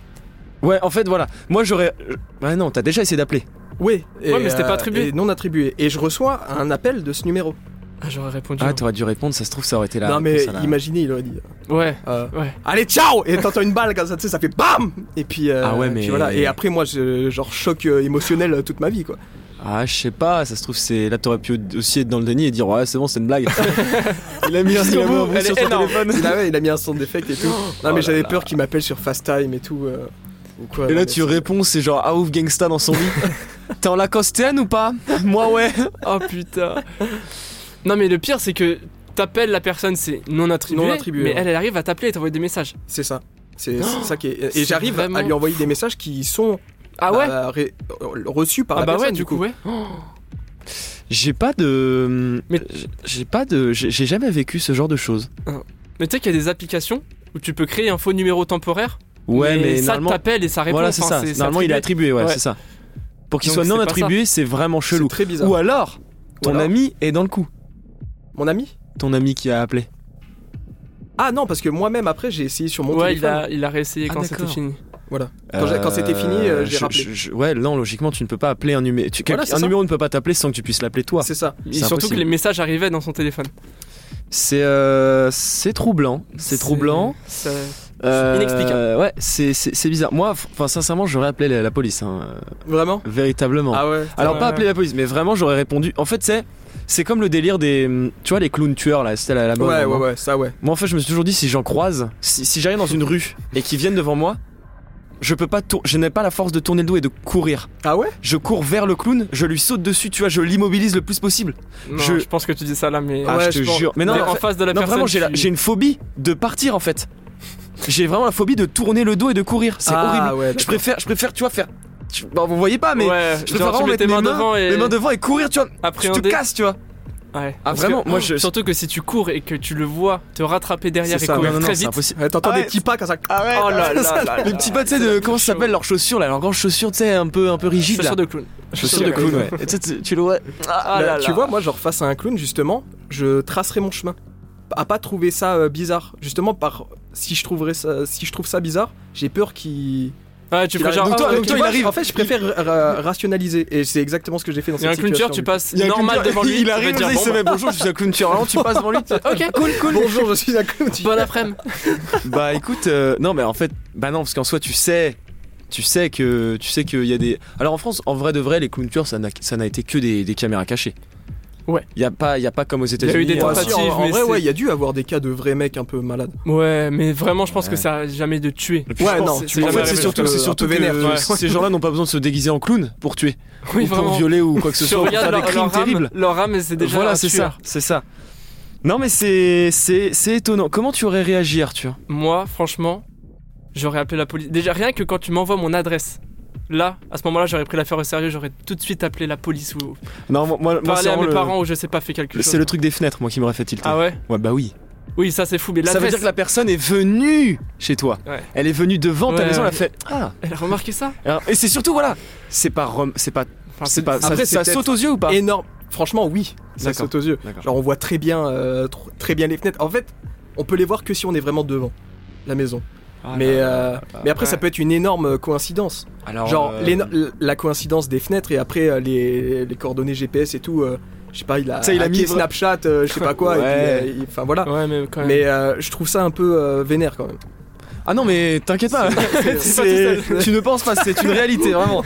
ouais en fait voilà moi j'aurais euh, ouais non t'as déjà essayé d'appeler.
Oui. Et, euh,
Ouais, mais c'était pas attribué.
et non attribué. Et je reçois un appel de ce numéro.
Ah, j'aurais répondu.
Ah t'aurais dû répondre ça se trouve ça aurait été la.
non mais
réponse à la-
imaginez, il aurait dit.
ouais.
euh,
Ouais.
Allez ciao Et t'entends une balle comme ça, tu sais, ça fait bam Et puis, euh,
Ah ouais,
et puis
mais-
voilà. Et après moi, je- genre choc euh, émotionnel euh, toute ma vie quoi.
Ah je sais pas ça se trouve c'est là t'aurais pu aussi être dans le déni et dire ouais c'est bon c'est une blague. il a mis un
Jusqu'au
stylo
bout,
à bout
elle
sur
est
son
énorme.
téléphone.
il, a, il a mis un son d'effect
Oh
et tout. Non mais
Oh là
j'avais
là.
peur qu'il m'appelle sur FaceTime et tout. euh, ou quoi,
Et
non,
là
mais
tu
c'est-
réponds c'est genre ah ouf gangsta dans son lit. T'es en lacostéenne ou pas Moi ouais.
Oh putain. non, mais le pire, c'est que t'appelles la personne, c'est non attribué.
Non attribué,
Mais
ouais.
elle, elle arrive à t'appeler et t'envoyer des messages.
C'est ça. C'est c'est ça qui est.
Oh c'est
Et j'arrive
vraiment
à lui envoyer des messages qui sont
Ah ouais.
Bah,
euh, ré- reçus par
Ah,
la
bah
personne
ouais, du coup, ouais.
J'ai pas de
Mais-
j'ai pas de j'ai j'ai jamais vécu ce genre de choses.
Mais tu sais qu'il y a des applications où tu peux créer un faux numéro temporaire.
Ouais mais,
ça
normalement
t'appelle et ça répond.
Voilà, c'est
Enfin,
ça. Normalement, il est
attribué.
attribué, ouais,
Ouais.
c'est ça. Pour qu'il
Donc,
soit
c'est
non
pas
attribué, c'est vraiment
C'est
chelou.
très bizarre.
Ou alors, ton
alors-
ami est dans le coup.
Mon ami
Ton ami qui a appelé.
Ah non, parce que moi-même après j'ai essayé sur mon
Ouais, il
téléphone.
a, il a réessayé
Ah,
quand c'était
d'accord.
fini.
Quand j'ai- quand c'était fini, euh, j'ai
je-
rappelé.
je- je- ouais, non, logiquement, tu ne peux pas appeler un numéro. Tu,
Voilà,
quel-
c'est
un
ça.
numéro ne peut pas t'appeler sans que tu puisses l'appeler toi.
C'est ça.
Et
C'est
surtout que
impossible.
les messages arrivaient dans son téléphone.
C'est euh, c'est troublant. C'est troublant.
ça-
Euh,
inexplicable.
Ouais, c'est- c'est c'est bizarre. Moi, f- enfin, sincèrement, j'aurais appelé la, la police, hein, euh,
Vraiment
véritablement.
Ah ouais.
Alors
Ouais,
pas
ouais.
appeler la police, mais vraiment j'aurais répondu. En fait, c'est c'est comme le délire des hum, tu vois les clowns tueurs là, c'était la, la bonne.
Ouais, ouais,
vraiment.
ouais, ça ouais.
Moi en fait, je me suis toujours dit si j'en croise, si, si j'arrive dans une rue et qu'ils viennent devant moi, je peux pas tour- je n'ai pas la force de tourner le dos et de courir.
Ah ouais
Je cours vers le clown, je lui saute dessus, tu vois, je l'immobilise le plus possible.
Non,
Je-
je... pense que tu dis ça là, mais.
Ah,
ouais,
je te
je pense-
jure. Mais non,
Mais
en
en
fait-
face de la
non,
personne.
vraiment j'ai la-
tu-
j'ai une phobie de partir en fait. J'ai vraiment la phobie de tourner le dos et de courir, c'est
ah,
horrible.
Ouais,
Je préfère je préfère tu vois faire tu- bon, vous voyez pas mais je
ouais, genre,
préfère
tu
vraiment
mets
mettre
tes mains
mes
devant et
mes mains devant et courir, tu vois. Tu te
appréhender.
casses, tu vois.
Ouais.
Ah,
Parce
vraiment,
que- oh,
moi, je-
Surtout que si tu cours et que tu le vois te rattraper derrière
C'est
et
ça,
courir
Non, non, non,
très
c'est
vite.
impossible.
Ouais, T'entends
Ah
des
ouais.
petits pas comme ça.
Oh là là là
Les
là.
petits pas, tu sais, de comment ça s'appelle leurs chaussures là, leurs grandes chaussures, tu sais, un peu, un peu rigides là.
Chaussures de clown.
Chaussures de clown, ouais. Et tu, sais, tu- tu le vois.
Ah, ah
Bah,
là
tu
là.
vois, moi, genre face à un clown, justement, je tracerai mon chemin. À pas trouver ça euh, bizarre. Justement, par si je trouverais ça, si je trouve ça bizarre, j'ai peur qu'il.
Ouais, tu
qu'il
ferais genre.
arrive.
Donc toi-
ah,
donc
ok.
toi, il
Moi,
arrive.
En fait, je préfère ra- rationaliser, et c'est exactement ce que j'ai fait dans
Il y a
cette
un clown tueur,
situation.
tu passes
Il y a un
normal
clown-
devant lui.
Il
tu vas
arrive,
dire,
là, il
bon, bah,
se met bonjour, je suis un clown tueur. Alors, tu passes devant lui. tu-
Ok, cool, cool.
Bonjour, je suis un clown tueur.
Bon après-midi.
Bah écoute, euh, non mais en fait, bah non, parce qu'en soi, tu sais. Tu sais que tu sais qu'il y a des. Alors en France, en vrai de vrai, les clown tueurs, ça n'a ça n'a été que des, des caméras cachées.
Ouais.
Il y a pas, il y a pas comme aux
y a
États-Unis.
eu des
euh,
Ouais,
tentatives,
si, en- en
mais
vrai,
c'est-
ouais, il y a dû avoir des cas de vrais mecs un peu malades.
Ouais, mais vraiment, je pense
Ouais.
que ça a jamais de tuer.
Et puis,
Ouais,
je pense
non,
que
tu
en
m'en
fait,
fais
c'est
rêver,
surtout,
un
c'est
peu
surtout
vénère,
que
ouais.
ces gens-là n'ont pas besoin de se déguiser en clown pour tuer,
Oui,
ou pour
vraiment.
violer ou quoi que ce
Tu
soit, pour
regardes
faire des
leur,
crimes
leur âme,
terribles.
leur âme, c'est déjà
voilà,
un
c'est
tueur.
ça, c'est ça. Non mais c'est c'est c'est étonnant. Comment tu aurais réagi, Arthur
Moi, franchement, j'aurais appelé la police. Déjà, rien que quand tu m'envoies mon adresse, là, à ce moment-là, j'aurais pris l'affaire au sérieux, j'aurais tout de suite appelé la police ou
Non, moi, moi, moi,
parlé
c'est
à mes
vraiment le-
parents ou je sais pas, fait quelque chose.
C'est le truc des fenêtres, moi, qui m'aurait fait tilter.
Ah ouais
ouais, bah oui.
Oui, ça c'est fou, mais
Ça veut
l'adresse.
dire que la personne est venue chez toi.
Ouais.
Elle est venue devant ta
Ouais,
maison, elle a
ouais.
fait ah.
Elle a remarqué ça
Alors, et c'est surtout voilà, c'est pas rem- c'est pas
Enfin,
c'est pas ça-
Après, c'est
ça,
peut-être
saute aux yeux ou pas
Énorme. Franchement, oui, ça
D'accord.
saute aux yeux.
D'accord.
Genre, on voit très bien, euh, tr- très bien les fenêtres. En fait, on peut les voir que si on est vraiment devant la maison.
Ah,
mais,
là,
euh,
là, là.
mais après, ça
ouais.
peut être une énorme coïncidence.
bah,
Alors,
Genre,
euh,
l'éno- l- la coïncidence des fenêtres et après euh, les, les coordonnées GPS et tout. euh, je sais pas, il a,
Ça, il a
hacké
mis-
Snapchat, euh, je sais pas quoi. et puis,
Ouais.
euh, il- Enfin, voilà.
Ouais, mais quand même.
Mais euh, je trouve ça un peu euh, vénère quand même.
Ah non, mais t'inquiète pas.
C'est-
C'est- tu ne penses pas, c'est une réalité, vraiment.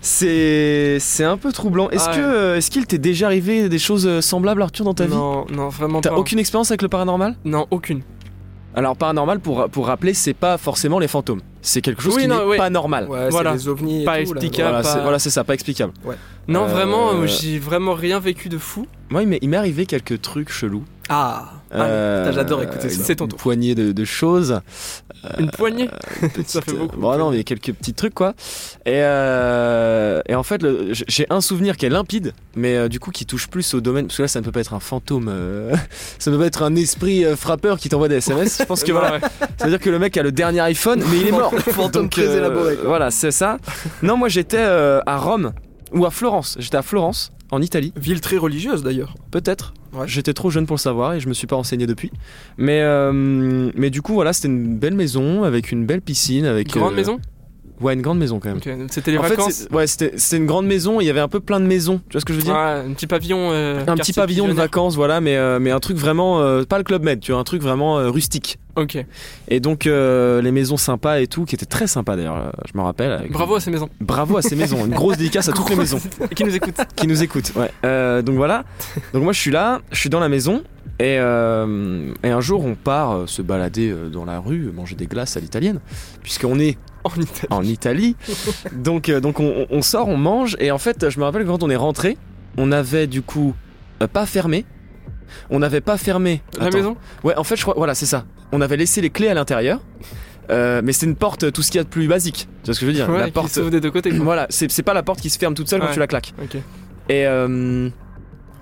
C'est c'est un peu troublant. Est-ce
Ah Ouais.
que euh, est-ce qu'il t'est déjà arrivé des choses euh, semblables, Arthur, dans ta vie
non, non, vraiment
T'as
pas.
aucune expérience avec le paranormal
Non, aucune.
Alors paranormal, pour, pour rappeler, c'est pas forcément les fantômes. C'est quelque chose
Oui,
qui
non,
n'est
ouais.
pas normal.
Ouais,
Voilà.
c'est des ovnis et
Pas
tout, là.
explicable.
Voilà,
pas-
c'est voilà, c'est ça, pas explicable.
Non,
Euh,
vraiment,
euh,
j'ai vraiment rien vécu de fou.
Moi, il m'est il m'est arrivé quelques trucs chelous.
Ah,
Euh,
j'adore écouter ça.
C'est ton tour.
Une poignée de, de choses. euh,
Une poignée Ça
Petite- euh,
fait beaucoup.
Bon, non, mais quelques petits trucs, quoi. Et, euh, et en fait, le- j- j'ai un souvenir qui est limpide, mais euh, du coup qui touche plus au domaine. Parce que là, ça ne peut pas être un fantôme. euh, ça ne peut pas être un esprit euh, frappeur qui t'envoie des SMS. Je pense que voilà. C'est-à-dire que le mec a le dernier iPhone, mais il est mort.
Fantôme très
euh,
élaboré. quoi.
Voilà, c'est ça. Non, moi, j'étais euh, à Rome ou à Florence. J'étais à Florence, en Italie.
Ville très religieuse d'ailleurs.
Peut-être.
Ouais.
J'étais trop jeune pour le savoir et je me suis pas renseigné depuis. Mais, euh, mais du coup, voilà, c'était une belle maison avec une belle piscine. Avec,
Grande
euh,
maison
Ouais, une grande maison quand même.
Ok, C'était les
euh, En fait,
vacances
c'est- ouais, c'était c'était une grande maison et il y avait un peu plein de maisons. Tu vois ce que je veux dire
Ouais, un petit pavillon.
Un
euh,
petit
quartier
pavillon de
pigeonnière.
vacances, voilà, mais, euh, mais un truc vraiment. euh, pas le Club Med, tu vois, un truc vraiment euh, rustique.
Ok.
Et donc, euh, les maisons sympas et tout, qui étaient très sympas d'ailleurs, euh, je m'en rappelle. avec-
Bravo à ces maisons.
Bravo à ces maisons, une grosse dédicace à toutes les maisons
Qui nous écoutent
qui nous écoutent. Ouais. Euh, donc voilà. Donc moi je suis là, je suis dans la maison et, euh, et un jour on part euh, se balader euh, dans la rue, manger des glaces à l'italienne, puisqu'on est
en Italie.
en Italie. Donc euh, donc on, on- on sort, on mange et en fait je me rappelle que quand on est rentré, on avait du coup euh, pas fermé. On n'avait pas fermé
La
Attends.
maison
Ouais, en fait, je crois. Voilà, c'est ça. On avait laissé les clés à l'intérieur, euh, mais c'était une porte, tout ce qu'il y a de plus basique. Tu vois ce que je veux dire
Ouais,
La
qui
porte. euh,
s'ouvre des deux côtés. quoi.
Voilà, c'est c'est pas la porte qui se ferme toute seule quand
Ouais.
tu la claques.
Ok.
Et euh,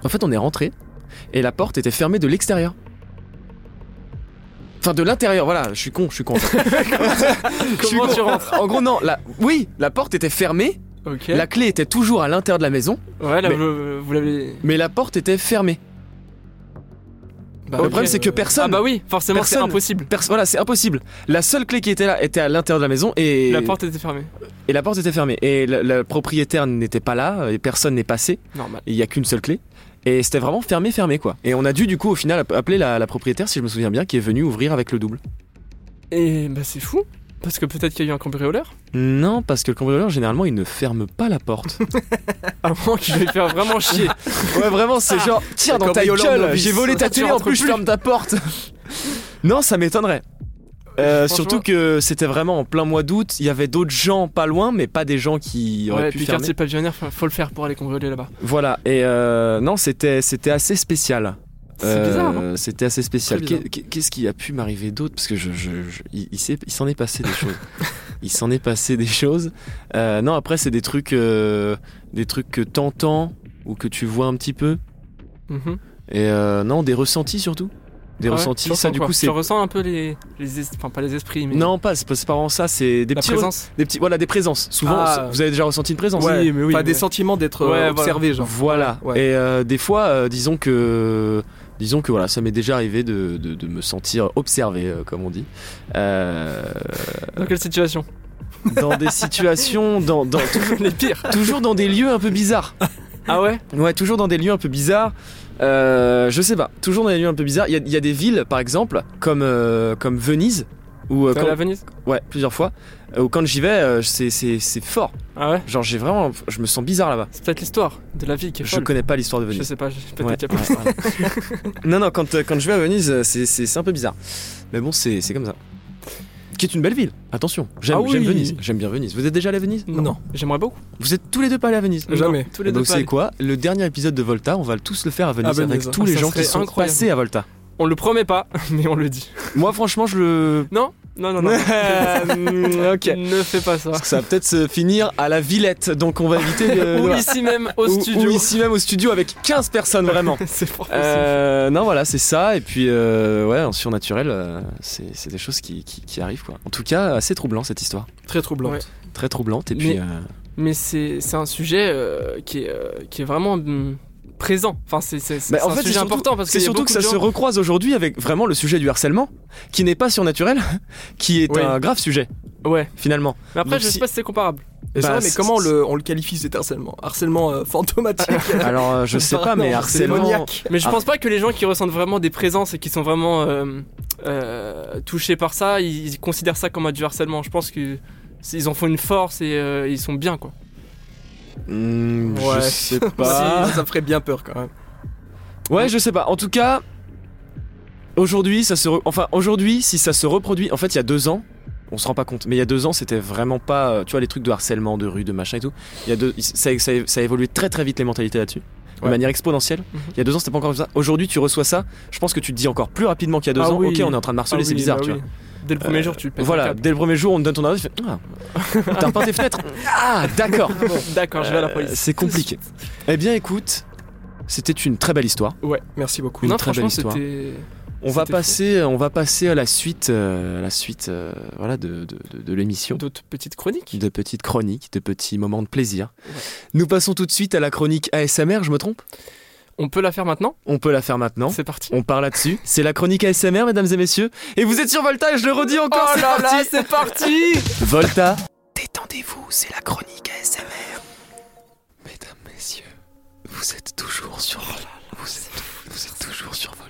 en fait, on est rentré et la porte était fermée de l'extérieur. Enfin, de l'intérieur, voilà, je suis con, je suis con. Je suis
Comment
con.
tu rentres
En gros, non, la... oui, la porte était fermée,
Ok.
la clé était toujours à l'intérieur de la maison,
Ouais, là,
Mais-
vous, vous l'avez. Ah
mais la porte était fermée.
Bah,
Le
ok.
problème, c'est que
Ah
personne.
bah oui, forcément, c'est
Personne.
impossible.
pers- voilà, c'est impossible. La seule clé qui était là était à l'intérieur de la maison et
La porte était fermée.
et la porte était fermée. Et le, le propriétaire n'était pas là, et personne n'est passé.
Normal.
il n'y a qu'une seule clé. Et c'était vraiment fermé, fermé quoi. Et on a dû du coup au final app- appeler la, la propriétaire, si je me souviens bien, qui est venue ouvrir avec le double.
Et bah c'est fou. Parce que peut-être qu'il y a eu un cambrioleur.
Non, parce que le cambrioleur, généralement, il ne ferme pas la porte.
À moins qu'il vais faire vraiment chier.
ouais, vraiment, c'est
Ah.
genre, tire
Le
dans ta
cambrioleur
gueule,
novice.
j'ai volé ta
Tu
télé, en
rentres
plus je
plus.
ferme ta porte. non, ça m'étonnerait. Euh,
Franchement.
surtout que c'était vraiment en plein mois d'août, il y avait d'autres gens pas loin, mais pas des gens qui auraient
ouais,
pu
puis
fermer.
quartier pavillonnaire, faut faut le faire pour aller cambrioler là-bas.
Voilà, et euh, non, c'était c'était assez spécial.
C'est
Euh,
bizarre. hein.
C'était assez spécial.
Très bizarre.
Qu'est- qu'est- Qu'est-ce qui a pu m'arriver d'autre Parce que je, je- je- il, il s'est- il s'en est passé des choses. Il s'en est passé des choses. Euh, non, après c'est des trucs, euh, des trucs que t'entends ou que tu vois un petit peu.
Mhm.
Et euh, non, des ressentis surtout. Des
Ah Ouais,
ressentis.
tu
Ça,
ressens
du
quoi
coup, c'est
Tu ressens un peu les. les es- Enfin, pas les esprits, mais.
non pas, c'est pas c'est pas vraiment ça. C'est des
la
petits,
présence.
des petits, voilà, des présences. Souvent,
Ah.
vous avez déjà ressenti une présence.
Ouais,
mais oui,
pas des
mais-
sentiments d'être euh,
Ouais, voilà.
observé, genre.
Voilà.
Ouais.
Et euh, des fois, euh, disons que, disons que voilà, ça m'est déjà arrivé de, de- de me sentir observé, euh, comme on dit, Euh,
Dans quelle situation
dans des situations, dans, dans- tou-
Les pires.
toujours dans des lieux un peu bizarres.
Ah ouais
Ouais, toujours dans des lieux un peu bizarres. Euh, je sais pas. Toujours dans des lieux un peu bizarres. Il y, a- il y a des villes, par exemple, comme euh, comme Venise, euh, ou
T'es allé à Venise
ouais, plusieurs fois. Ou quand j'y vais, euh, c'est c'est- c'est fort.
Ah ouais
Genre, j'ai vraiment, je me sens bizarre là-bas.
C'est peut-être l'histoire de la vie qui est
Je
folle.
connais pas l'histoire de Venise.
Je sais pas, je- peut-être
Ouais,
qu'il y a pas.
ouais, ouais. non, non, quand, euh, quand je vais à Venise, euh, c'est- c'est c'est un peu bizarre. Mais bon, c'est c'est comme ça. Qui est une belle ville, attention. J'aime
Ah oui.
j'aime Venise, j'aime bien Venise. Vous êtes déjà allé à Venise
Non.
J'aimerais beaucoup.
Vous êtes tous les deux pas allés à Venise
Jamais.
Non, Tous les
Eh ben,
deux
Vous savez
pas.
quoi Le dernier épisode de Volta, on va tous le faire à Venise,
À Venise.
avec tous
Ah,
les
ça
gens qui
serait
sont
incroyable.
passés à Volta.
On le promet pas, mais on le dit.
Moi, franchement, je le.
Non Non, non, non.
Euh, ok.
Ne fais pas ça.
Parce que ça va peut-être se finir à la Villette, donc on va éviter. le-
Ou
voilà.
ici même au
Ou- ou
studio.
ici même au studio avec 15 personnes, vraiment.
C'est fort possible.
Euh, non, voilà, c'est ça. Et puis, euh, ouais, en surnaturel, euh, c'est c'est des choses qui, qui- qui arrivent, quoi. En tout cas, assez troublant cette histoire.
Très troublante.
Très troublante. Et
Mais-
puis, euh,
Mais c'est c'est un sujet euh, qui, est, euh, qui est vraiment hum, présent. Enfin, c'est c'est- c'est
Bah, en
un
fait, c'est
sujet
surtout-
important parce
c'est
qu'il y a
surtout que
beaucoup
ça
de
se
gens-
recroise aujourd'hui avec vraiment le sujet du harcèlement, qui n'est pas surnaturel, qui est
Oui.
un grave sujet,
Ouais.
finalement.
Mais après,
Donc,
je sais
si-
pas si c'est comparable.
Et ça,
Bah,
mais
c'est-
comment on le, on le qualifie cet harcèlement Harcèlement euh, fantomatique
Alors, euh, je sais pas, mais
Non, c'est
harcèlement.
démoniaque.
Mais je
Ah.
pense pas que les gens qui ressentent vraiment des présences et qui sont vraiment euh, euh, touchés par ça, ils, ils considèrent ça comme un du harcèlement. Je pense que c'est- ils en font une force et euh, ils sont bien quoi.
Hmm, Je
Ouais.
sais pas.
Si, ça ferait bien peur quand même.
Ouais, je sais pas. En tout cas, aujourd'hui, ça se. re- Enfin, aujourd'hui, si ça se reproduit. En fait, il y a deux ans, on se rend pas compte, mais il y a deux ans, c'était vraiment pas. euh, Tu vois, les trucs de harcèlement, de rue, de machin et tout. Il y a deux... ça, ça, ça a évolué très très vite les mentalités là-dessus. de
Ouais.
manière exponentielle.
Mhm.
Il y a deux ans, c'était pas encore comme ça. Aujourd'hui, tu reçois ça. Je pense que tu te dis encore plus rapidement qu'il y a deux
Ah
ans.
oui.
Ok, on est en train de
Ah
marceler, c'est
oui,
bizarre,
bah
tu
oui.
vois.
Dès le premier
Euh,
jour, tu pètes un
Voilà,
câble.
dès le premier jour, on te donne ton adresse. tu fais, Ah, t'as repeint tes fenêtres. Ah, d'accord.
D'accord, je vais à la
Euh,
police.
C'est compliqué. Eh bien, écoute, c'était une très belle histoire.
Ouais, merci beaucoup.
une
non,
très belle
franchement,
histoire.
c'était.
On va
C'était fou.
passer, on va passer à la suite, euh, à la suite, euh, voilà, de, de- de- de l'émission.
D'autres petites chroniques
De petites chroniques, de petits moments de plaisir. Nous passons tout de suite à la chronique ASMR. Je me trompe
On peut la faire maintenant
On peut la faire maintenant.
C'est parti.
On part là-dessus. C'est la chronique ASMR, mesdames et messieurs. Et vous êtes sur Volta. Et je le redis encore.
Oh
c'est
là
parti.
là, c'est parti
Volta. Détendez-vous, c'est la chronique ASMR. Mesdames, messieurs, vous êtes toujours sur
Oh
vous êtes, vous êtes toujours sur Volta.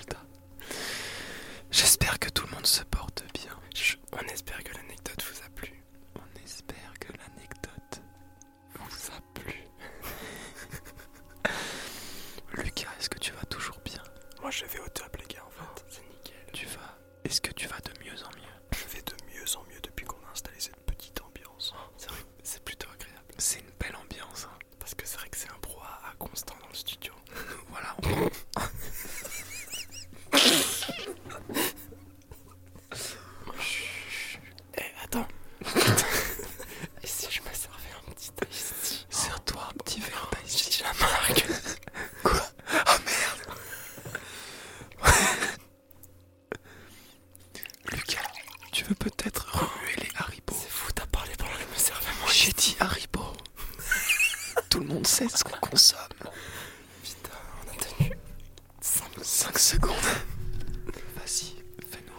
J'espère que tout le monde se porte bien.
On espère que l'anecdote vous a plu.
On espère que l'anecdote vous a plu. Lucas, est-ce que tu vas toujours bien
Moi, je vais au top, les gars, en fait. C'est nickel.
Tu vas Est-ce que tu vas de mieux en mieux
Je vais de mieux en mieux depuis qu'on a installé cette petite ambiance. C'est plutôt agréable.
C'est une belle ambiance. hein.
Parce que c'est vrai que c'est un brouhaha constant dans le studio.
Voilà.
Eh, attends. Et si je me servais un petit ice
Serre-toi un petit verre.
J'ai dit la marque.
Lucas, tu veux peut-être remuer les haribots
C'est fou, t'as parlé pendant que je me servais moi.
J'ai dit Haribo. Tout le monde sait ce qu'on consomme.
Putain, on a tenu.
5 secondes. Vas-y, fais-nous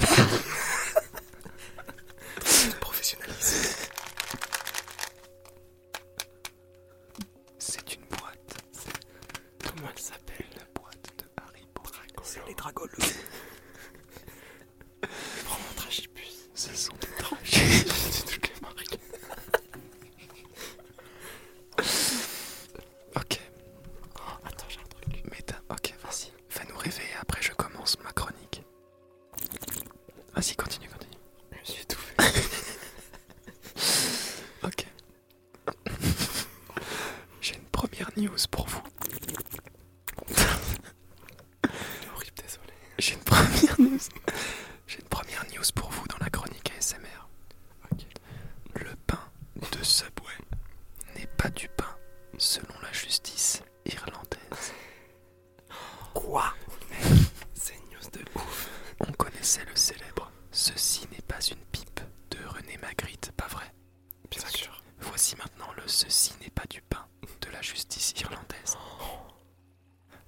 rêver.
Professionnalisme.
C'est une boîte.
Comment elle s'appelle
La boîte de Haribo.
C'est les dragoles. Prends un tragipus.
Ce sont des
J'ai dit toutes les marques.
Ok,
Oh, Attends, j'ai un truc.
mesdames. Ok, vas-y. Fais-nous rêver et après je commence ma chronique. Vas-y, continue, continue.
Je me suis étouffé.
Ok. J'ai une première news pour vous.
C'est horrible, désolé.
J'ai une première news. J'ai une première news pour vous dans la chronique ASMR.
Ok.
Le pain de Subway n'est pas du pain, selon la justice irlandaise.
Quoi C'est une news de ouf.
On connaissait le célèbre Ceci n'est pas une pipe de René Magritte, pas vrai
Bien sûr.
Voici maintenant le Ceci n'est pas du pain de la justice irlandaise.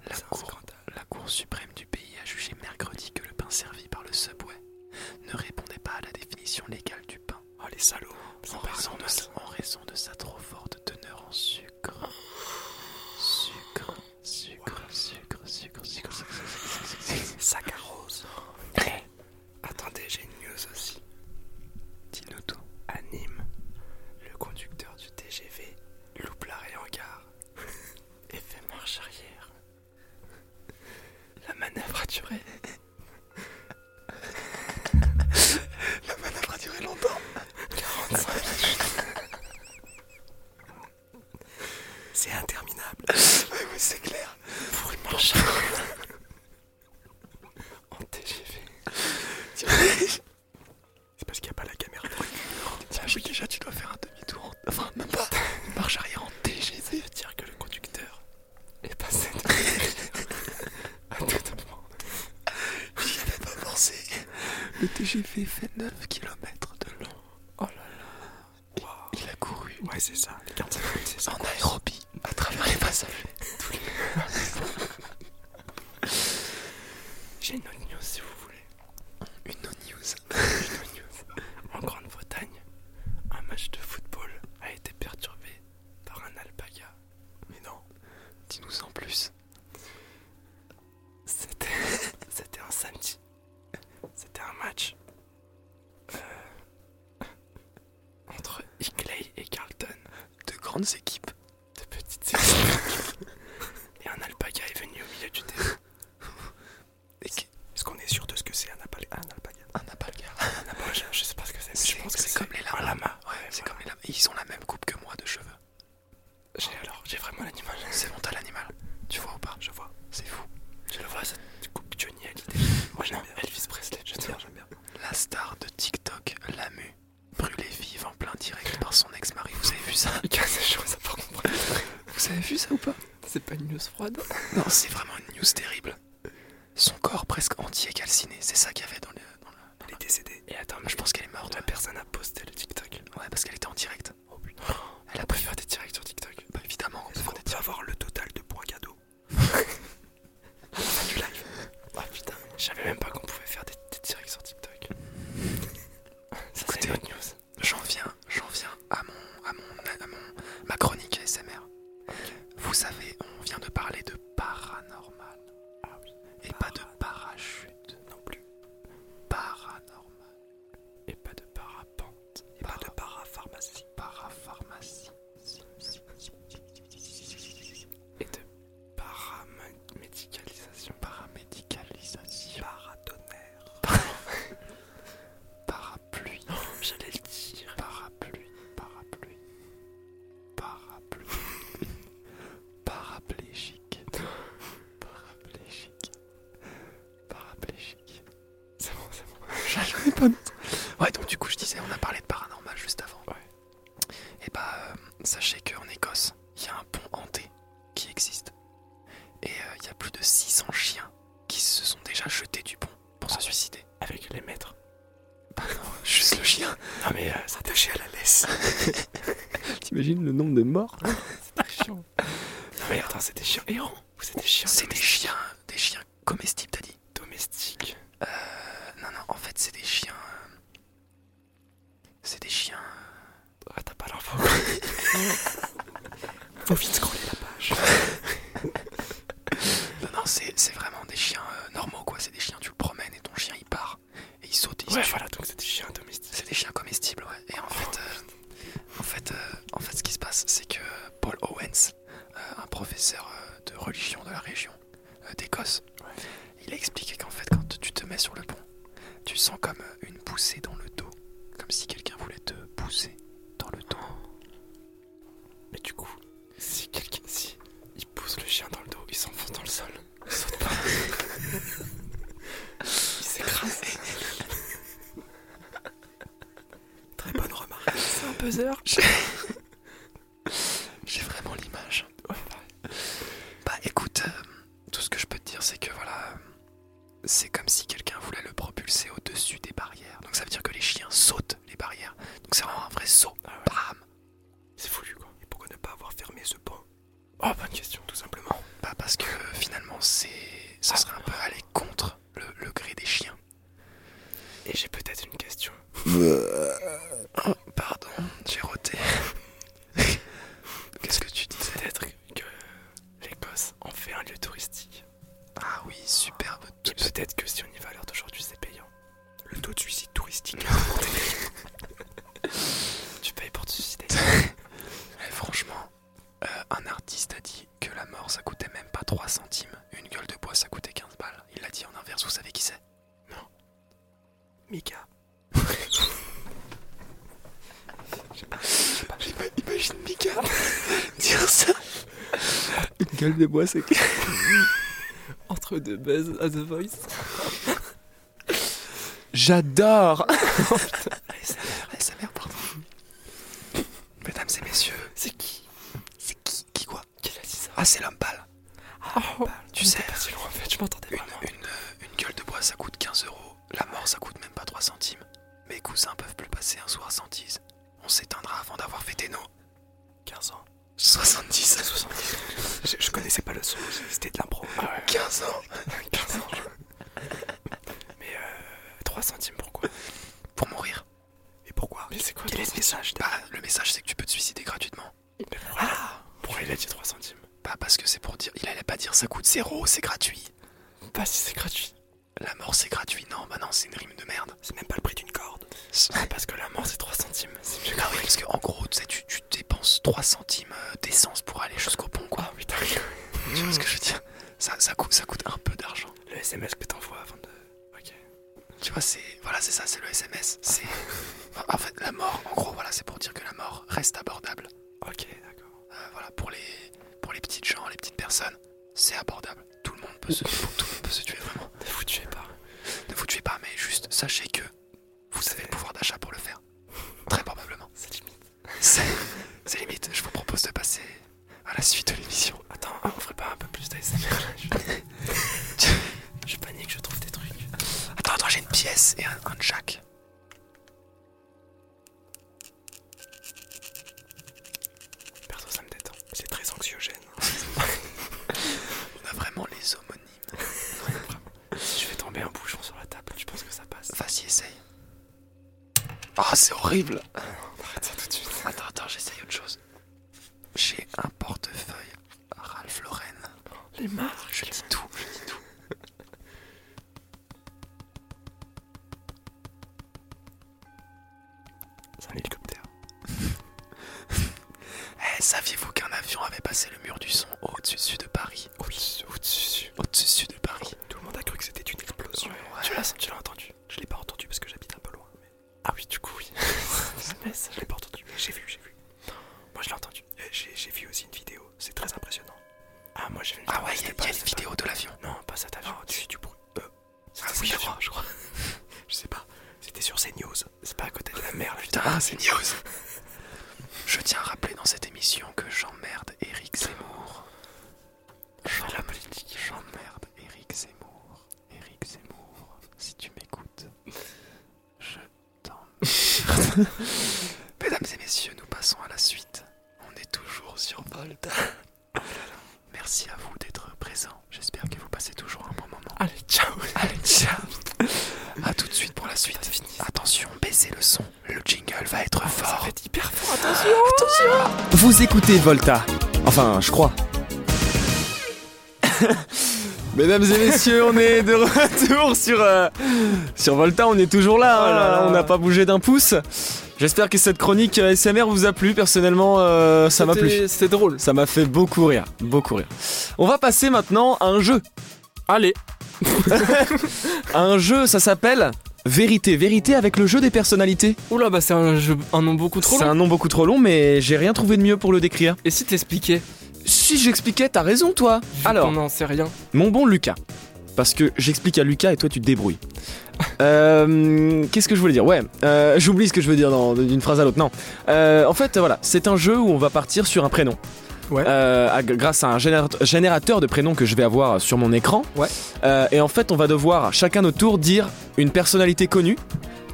La
C'est un
cour
scandale.
La Cour suprême du pays a jugé mercredi que le pain servi par le Subway ne répondait pas à la définition légale du pain
Oh les salauds.
en raison, de sa, en raison de sa trop forte teneur en sucre. Sucre, sucre, sucre, sucre, sucre, sucre, sucre, sucre, sucre, sucre.
Saccharose. Attendez, j'ai une news aussi.
Dis-nous tout.
À Nîmes, le conducteur du TGV loupe l'arrêt en gare et fait marche arrière. La manœuvre a duré.
La manœuvre a duré longtemps.
45 minutes. C'est interminable
oui, c'est clair.
pour une marche arrière. En TGV. C'est parce qu'il n'y a pas la caméra.
oui, déjà, tu dois faire un demi-tour. en- Enfin, même pas. Une marche arrière en TGV.
veut dire que le conducteur est passé de- à tout moment.
J'y avais pas pensé. Le TGV fait 9 km de long.
Oh là là.
Il a couru
Ouais, c'est ça. Les 45 minutes, c'est ça.
en aérobie à travers les passagers.
J'ai une autre news si vous voulez.
Une no-news.
Une autre news. En Grande-Bretagne, un match de football a été perturbé par un alpaga. Mais non,
Dis-nous en plus.
c'était, c'était un samedi. C'était un match euh, entre Hickley et Carlton.
De Vous avez vu ça ou pas
C'est pas une news froide.
Non, c'est vraiment une news terrible. Son corps presque entier calciné, c'est ça qu'il y avait dans le. dans le-
Elle est décédée.
Et attends, mais je pense qu'elle est morte.
La personne a posté le TikTok.
Ouais, parce qu'elle était en direct.
Oh putain.
Elle a
On peut
pris.
faire des directs sur TikTok.
Bah, évidemment.
Est-ce qu'on peut avoir le total de points cadeaux du live. Ah putain, je savais même pas qu'on pouvait faire des, des directs sur TikTok. Ça c'est
Écoutez.
une autre news.
J'en viens, j'en viens à mon, à mon, à mon, ma chronique ASMR. Vous savez, on vient de parler de paranormal.
Ah
Et pas de parachute.
Non plus.
Paranormal.
Et pas de parapente. Et pas de parapharmacie.
Parapharmacie.
Et de paramédicalisation.
Paramédicalisation.
Paratonnerre.
Parapluie.
J'allais le dire.
Parapluie. Parapluie. Parapluie. Paraplégique. Paraplégique. Paraplégique.
C'est bon, c'est bon.
J'avais pas noté. Ouais, donc du coup, je disais, on a parlé de paranormal juste avant. Et bah, euh, sachez qu'en Écosse, il y a un pont hanté qui existe. Et euh, il y a plus de 600 chiens qui se sont déjà jetés du pont pour se suicider.
Ah Avec les maîtres.
Bah non, juste le chien.
Non mais euh, ça tâchait à la laisse.
T'imagines le nombre de morts
C'est très chiant. Non mais attends, c'est des chiens errants. Ou c'est des chiens
C'est des chiens, des chiens comestibles, t'as dit
domestiques.
Euh, Non, non, en fait, c'est des chiens. euh, C'est des chiens. euh,
Ah, t'as pas l'info. Faut vite scroller la page.
Non, non, c'est c'est vraiment des chiens euh, normaux, quoi. C'est des chiens, tu le promènes et ton chien il part. Et il saute, il se
Ouais,
tue.
voilà, donc c'est des chiens domestiques. Oh,
C'est des chiens comestibles, ouais. Et en fait, euh, en fait, euh, en fait, ce qui se passe, c'est que Paul Owens, euh, un professeur euh, de religion de la région euh, d'Écosse, il a expliqué qu'en fait, quand tu te mets sur le pont, tu sens comme euh, une poussée dans le dos, comme si quelqu'un voulait te pousser dans le dos.
Oh. Mais du coup, si quelqu'un. Si il pousse le chien dans le dos, il s'enfonce dans le sol. Il saute pas. il s'écrase. Très bonne remarque. C'est un buzzer.
J'ai vraiment l'image. Bah écoute, euh, tout ce que je peux te dire, c'est que voilà, euh, c'est comme si quelqu'un voulait le propulser au-dessus des barrières. Donc ça veut dire que les chiens sautent les barrières. Donc c'est vraiment un vrai saut. Bam
Ah C'est foulu quoi. Et pourquoi ne pas avoir fermé ce pont Oh, bonne question. Tout simplement.
Bah parce que euh, finalement, c'est, ça serait un peu aller contre le, le gré des chiens.
Et j'ai peut-être une question.
Oh, pardon, j'ai roté. Qu'est-ce que tu disais
Peut-être que l'Écosse en fait un lieu touristique.
Ah oui, superbe.
Et peut-être que si on y va à l'heure d'aujourd'hui, c'est payant. Le taux de suicide touristique tu payes pour te suicider.
Eh, franchement, euh, un artiste a dit que la mort ça coûtait même pas 3 centimes. Une gueule de bois ça coûtait 15 balles. Il l'a dit en inverse, vous savez qui c'est
Mika.
Imagine Mika dire ça Une gueule de bois c'est.
Entre deux buzz à The Voice.
J'adore pardon. Mesdames et messieurs,
C'est qui
c'est qui Qui quoi
Qui l'a dit ça
Ah, c'est l'homme pâle.
Tu sais. Pas si loin en fait, je m'entendais
Une,
vraiment.
une, euh, une gueule de bois ça coûte 15 euros. La mort ça coûte même pas 3 centimes. Mes cousins peuvent plus passer un soir sans tease. On s'éteindra avant d'avoir fêté nos
15 ans.
70 à
70. je, je connaissais pas le son, c'était de l'impro. Ah ouais,
15 ans.
15 ans. Mais euh, 3 centimes pourquoi
pour mourir.
Et pourquoi Mais c'est quoi Quel est le message
Bah, le message c'est que tu peux te suicider gratuitement.
Ah Pourquoi il a dit 3 centimes
Bah, parce que c'est pour dire, il allait pas dire ça coûte zéro, c'est gratuit.
Pas si c'est gratuit.
La mort c'est gratuit, non, bah non, c'est une rime de merde.
C'est même pas le prix d'une corde.
Ah
parce que la mort c'est 3 centimes. C'est mieux
oui, parce que en gros, tu sais, tu, tu dépenses 3 centimes euh, d'essence pour aller jusqu'au pont, quoi.
putain.
Tu vois ce que je veux dire ça, ça, coûte, ça coûte un peu d'argent.
Le SMS que t'envoies avant de. Ok.
Tu vois, c'est. Voilà, c'est ça, c'est le SMS. C'est. En fait, la mort, en gros, voilà, c'est pour dire que la mort reste abordable.
Ok, d'accord.
Euh, voilà, pour les, pour les petites gens, les petites personnes, c'est abordable. Tout le monde peut se, tout le monde peut se tuer vraiment.
Ne vous tuez pas.
Ne vous tuez pas, mais juste sachez que vous avez le pouvoir d'achat pour le faire. Très probablement.
C'est limite.
C'est c'est limite. Je vous propose de passer à la suite de l'émission.
Attends, on ferait pas un peu plus d'ASMR là je... je panique, je trouve des trucs.
Attends, attends, j'ai une pièce et un, un de chaque.
Perso, ça me détend.
C'est très anxiogène.
On a vraiment les homonymes.
Je vais tomber un bouchon sur la table, je pense que ça passe.
Vas-y, essaye. Ah, c'est horrible.
Arrête ça tout de suite.
Attends, attends, j'essaye autre chose. J'ai un portefeuille Ralph Lauren.
Les marques.
Je dis tout, je dis tout.
C'est un hélicoptère.
Eh, saviez-vous qu'un avion avait passé le mur du son au-dessus de Paris
Oui, au-dessus.
Au-dessus de Paris.
Tout le monde a cru que c'était une explosion.
Tu l'as, tu l'as entendu.
Je l'ai pas entendu parce que j'habite un peu loin. mais-
Ah oui, du coup, oui. Mais ça, je l'ai pas entendu.
J'ai vu, j'ai vu.
Moi, je l'ai entendu.
Euh, J'ai j'ai vu aussi une vidéo. C'est très impressionnant.
Ah, moi, j'ai vu une
Ah ouais, il y a,
c'était
il y a
pas-
une vidéo de l'avion. Oh,
Non, pas cet avion.
Ah, tu du bruit.
C'était
Ah
oui,
cet
je
avion.
crois, je crois. je sais pas. C'était sur CNews.
C'est pas à côté de la mer, là.
Putain, c'est news. Je tiens à rappeler dans cette émission que j'emmerde Eric Zemmour.
la
J'emmerde
politique.
j'emmerde Eric Zemmour. Eric Zemmour, si tu m'écoutes, je t'emmerde. Mesdames et messieurs, nous passons à la suite. On est toujours sur Volt. Merci à vous d'être présents. J'espère que vous passez toujours un bon moment.
Allez, ciao.
Allez, ciao. À tout de suite pour la suite. Attention, baissez le son. Le jingle va être
Ah, Ça
fort.
va être hyper fort, attention.
Vous écoutez Volta. Enfin, je crois. Mesdames et messieurs, on est de retour sur, euh, sur Volta, on est toujours là, hein,
Oh là là.
on n'a pas bougé d'un pouce. J'espère que cette chronique euh, SMR vous a plu, personnellement euh, ça m'a plu.
C'était- C'était drôle.
Ça m'a fait beaucoup rire, beaucoup rire. On va passer maintenant à un jeu.
Allez,
Un jeu, ça s'appelle Vérité, Vérité avec le jeu des personnalités.
oula, bah c'est un, jeu- un nom beaucoup trop
C'est
long.
un nom beaucoup trop long, mais j'ai rien trouvé de mieux pour le décrire.
Et si t'expliquais
Si j'expliquais, t'as raison toi.
Alors,
Alors,
on n'en sait rien.
mon bon Lucas, parce que j'explique à Lucas et toi tu te débrouilles. Euh, Qu'est-ce que je voulais dire Ouais, euh, j'oublie ce que je veux dire dans- d'une phrase à l'autre. Non, Euh, en fait, voilà, c'est un jeu où on va partir sur un prénom.
Ouais.
Euh, à- grâce à un générat- générateur de prénoms que je vais avoir sur mon écran.
Ouais.
Euh, et en fait, on va devoir chacun notre tour dire une personnalité connue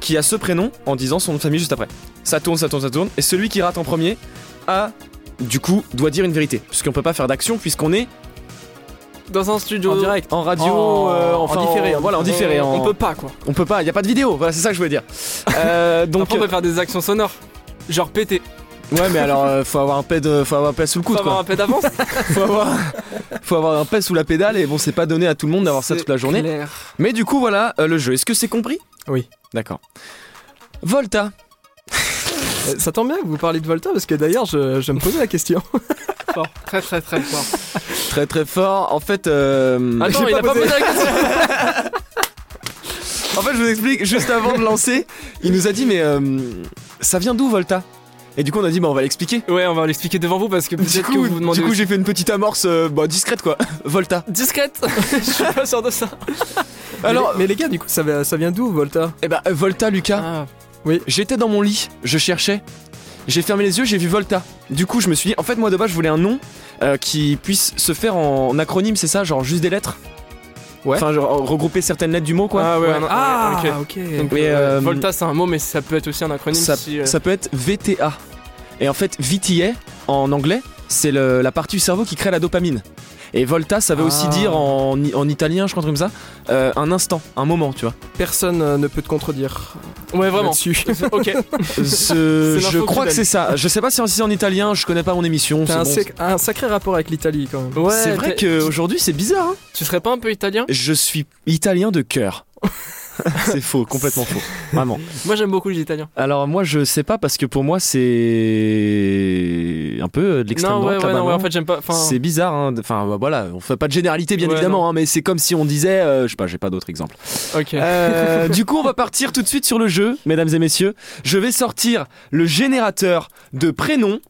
qui a ce prénom en disant son nom de famille juste après. Ça tourne, ça tourne, ça tourne. Et celui qui rate en premier a, du coup, doit dire une vérité. Puisqu'on peut pas faire d'action puisqu'on est
Dans un studio.
en direct, en radio, euh, enfin,
en différé.
voilà, en différé.
On
en-
peut pas, quoi.
on peut pas, il y a pas de vidéo. Voilà, c'est ça que je voulais dire. Euh, donc,
Après, on peut faire des actions sonores. Genre péter.
ouais, mais alors, euh, faut avoir un pet, de- faut avoir un pet sous le coude,
Faut avoir
quoi.
un peu d'avance.
Faut avoir, faut avoir un pet sous la pédale. Et bon, c'est pas donné à tout le monde d'avoir ça toute la
C'est
journée.
clair.
Mais du coup, voilà euh, le jeu. Est-ce que c'est compris
Oui.
D'accord. Volta.
Euh, Ça tombe bien que vous parliez de Volta parce que d'ailleurs je, je me posais la question.
Fort. Très, très, très fort.
Très très fort. En fait, euh,
Attends,
J'ai
il
pas
a pas
posé.
posé la question.
en fait, je vous explique. Juste avant de lancer, il nous a dit, mais euh, ça vient d'où Volta Et du coup, on a dit, bah on va l'expliquer.
Ouais, on va l'expliquer devant vous parce que
Du
peut-être que
coup,
vous vous demandez.
du coup, j'ai fait une petite amorce, euh, bah, discrète quoi. Volta.
Discrète Je suis pas sûr de ça.
Alors,
mais, les gars, du coup, ça, va- ça vient d'où Volta
eh ben, Volta, Lucas.
Ah,
J'étais dans mon lit, je cherchais. J'ai fermé les yeux, j'ai vu Volta. Du coup, je me suis dit, en fait, moi de base, je voulais un nom euh, qui puisse se faire en, en acronyme, c'est ça Genre juste des lettres
Ouais.
Enfin, genre, regrouper certaines lettres du mot, quoi.
Ah ouais, non,
Ah,
ouais, ok.
ok.
Donc,
Mais,
euh,
euh,
Volta, c'est un mot, mais ça peut être aussi un acronyme.
ça,
si, euh,
ça peut être VTA. Et en fait, VTA, en anglais, c'est le- la partie du cerveau qui crée la dopamine. Et Volta, ça veut aussi
Ah.
dire en, en italien, je crois, un truc comme ça, euh, un instant, un moment, tu vois.
Personne euh, ne peut te contredire.
Ouais, vraiment.
là-dessus.
ok.
Ce-
C'est
je
l'info
crois
que
que c'est ça. Je sais pas si c'est en italien, je connais pas mon émission.
T'as un,
c'est bon.
sac- un sacré rapport avec l'Italie quand même.
Ouais,
C'est vrai
t'es-
qu'aujourd'hui, c'est bizarre. hein.
Tu serais pas un peu italien
Je suis italien de cœur. c'est faux, complètement faux. Vraiment.
Moi, j'aime beaucoup les Italiens.
Alors moi je sais pas parce que pour moi c'est un peu euh, de l'extrême
Non, ouais,
droite
ouais,
là-bas,
non, ouais,
non
en fait, j'aime pas. Enfin,
C'est bizarre, hein. enfin bah, voilà, on fait pas de généralité bien
Ouais,
évidemment, hein, mais c'est comme si on disait, euh, je sais pas, j'ai pas d'autres exemples.
ok.
Euh, du coup on va partir tout de suite sur le jeu, mesdames et messieurs. Je vais sortir le générateur de prénoms.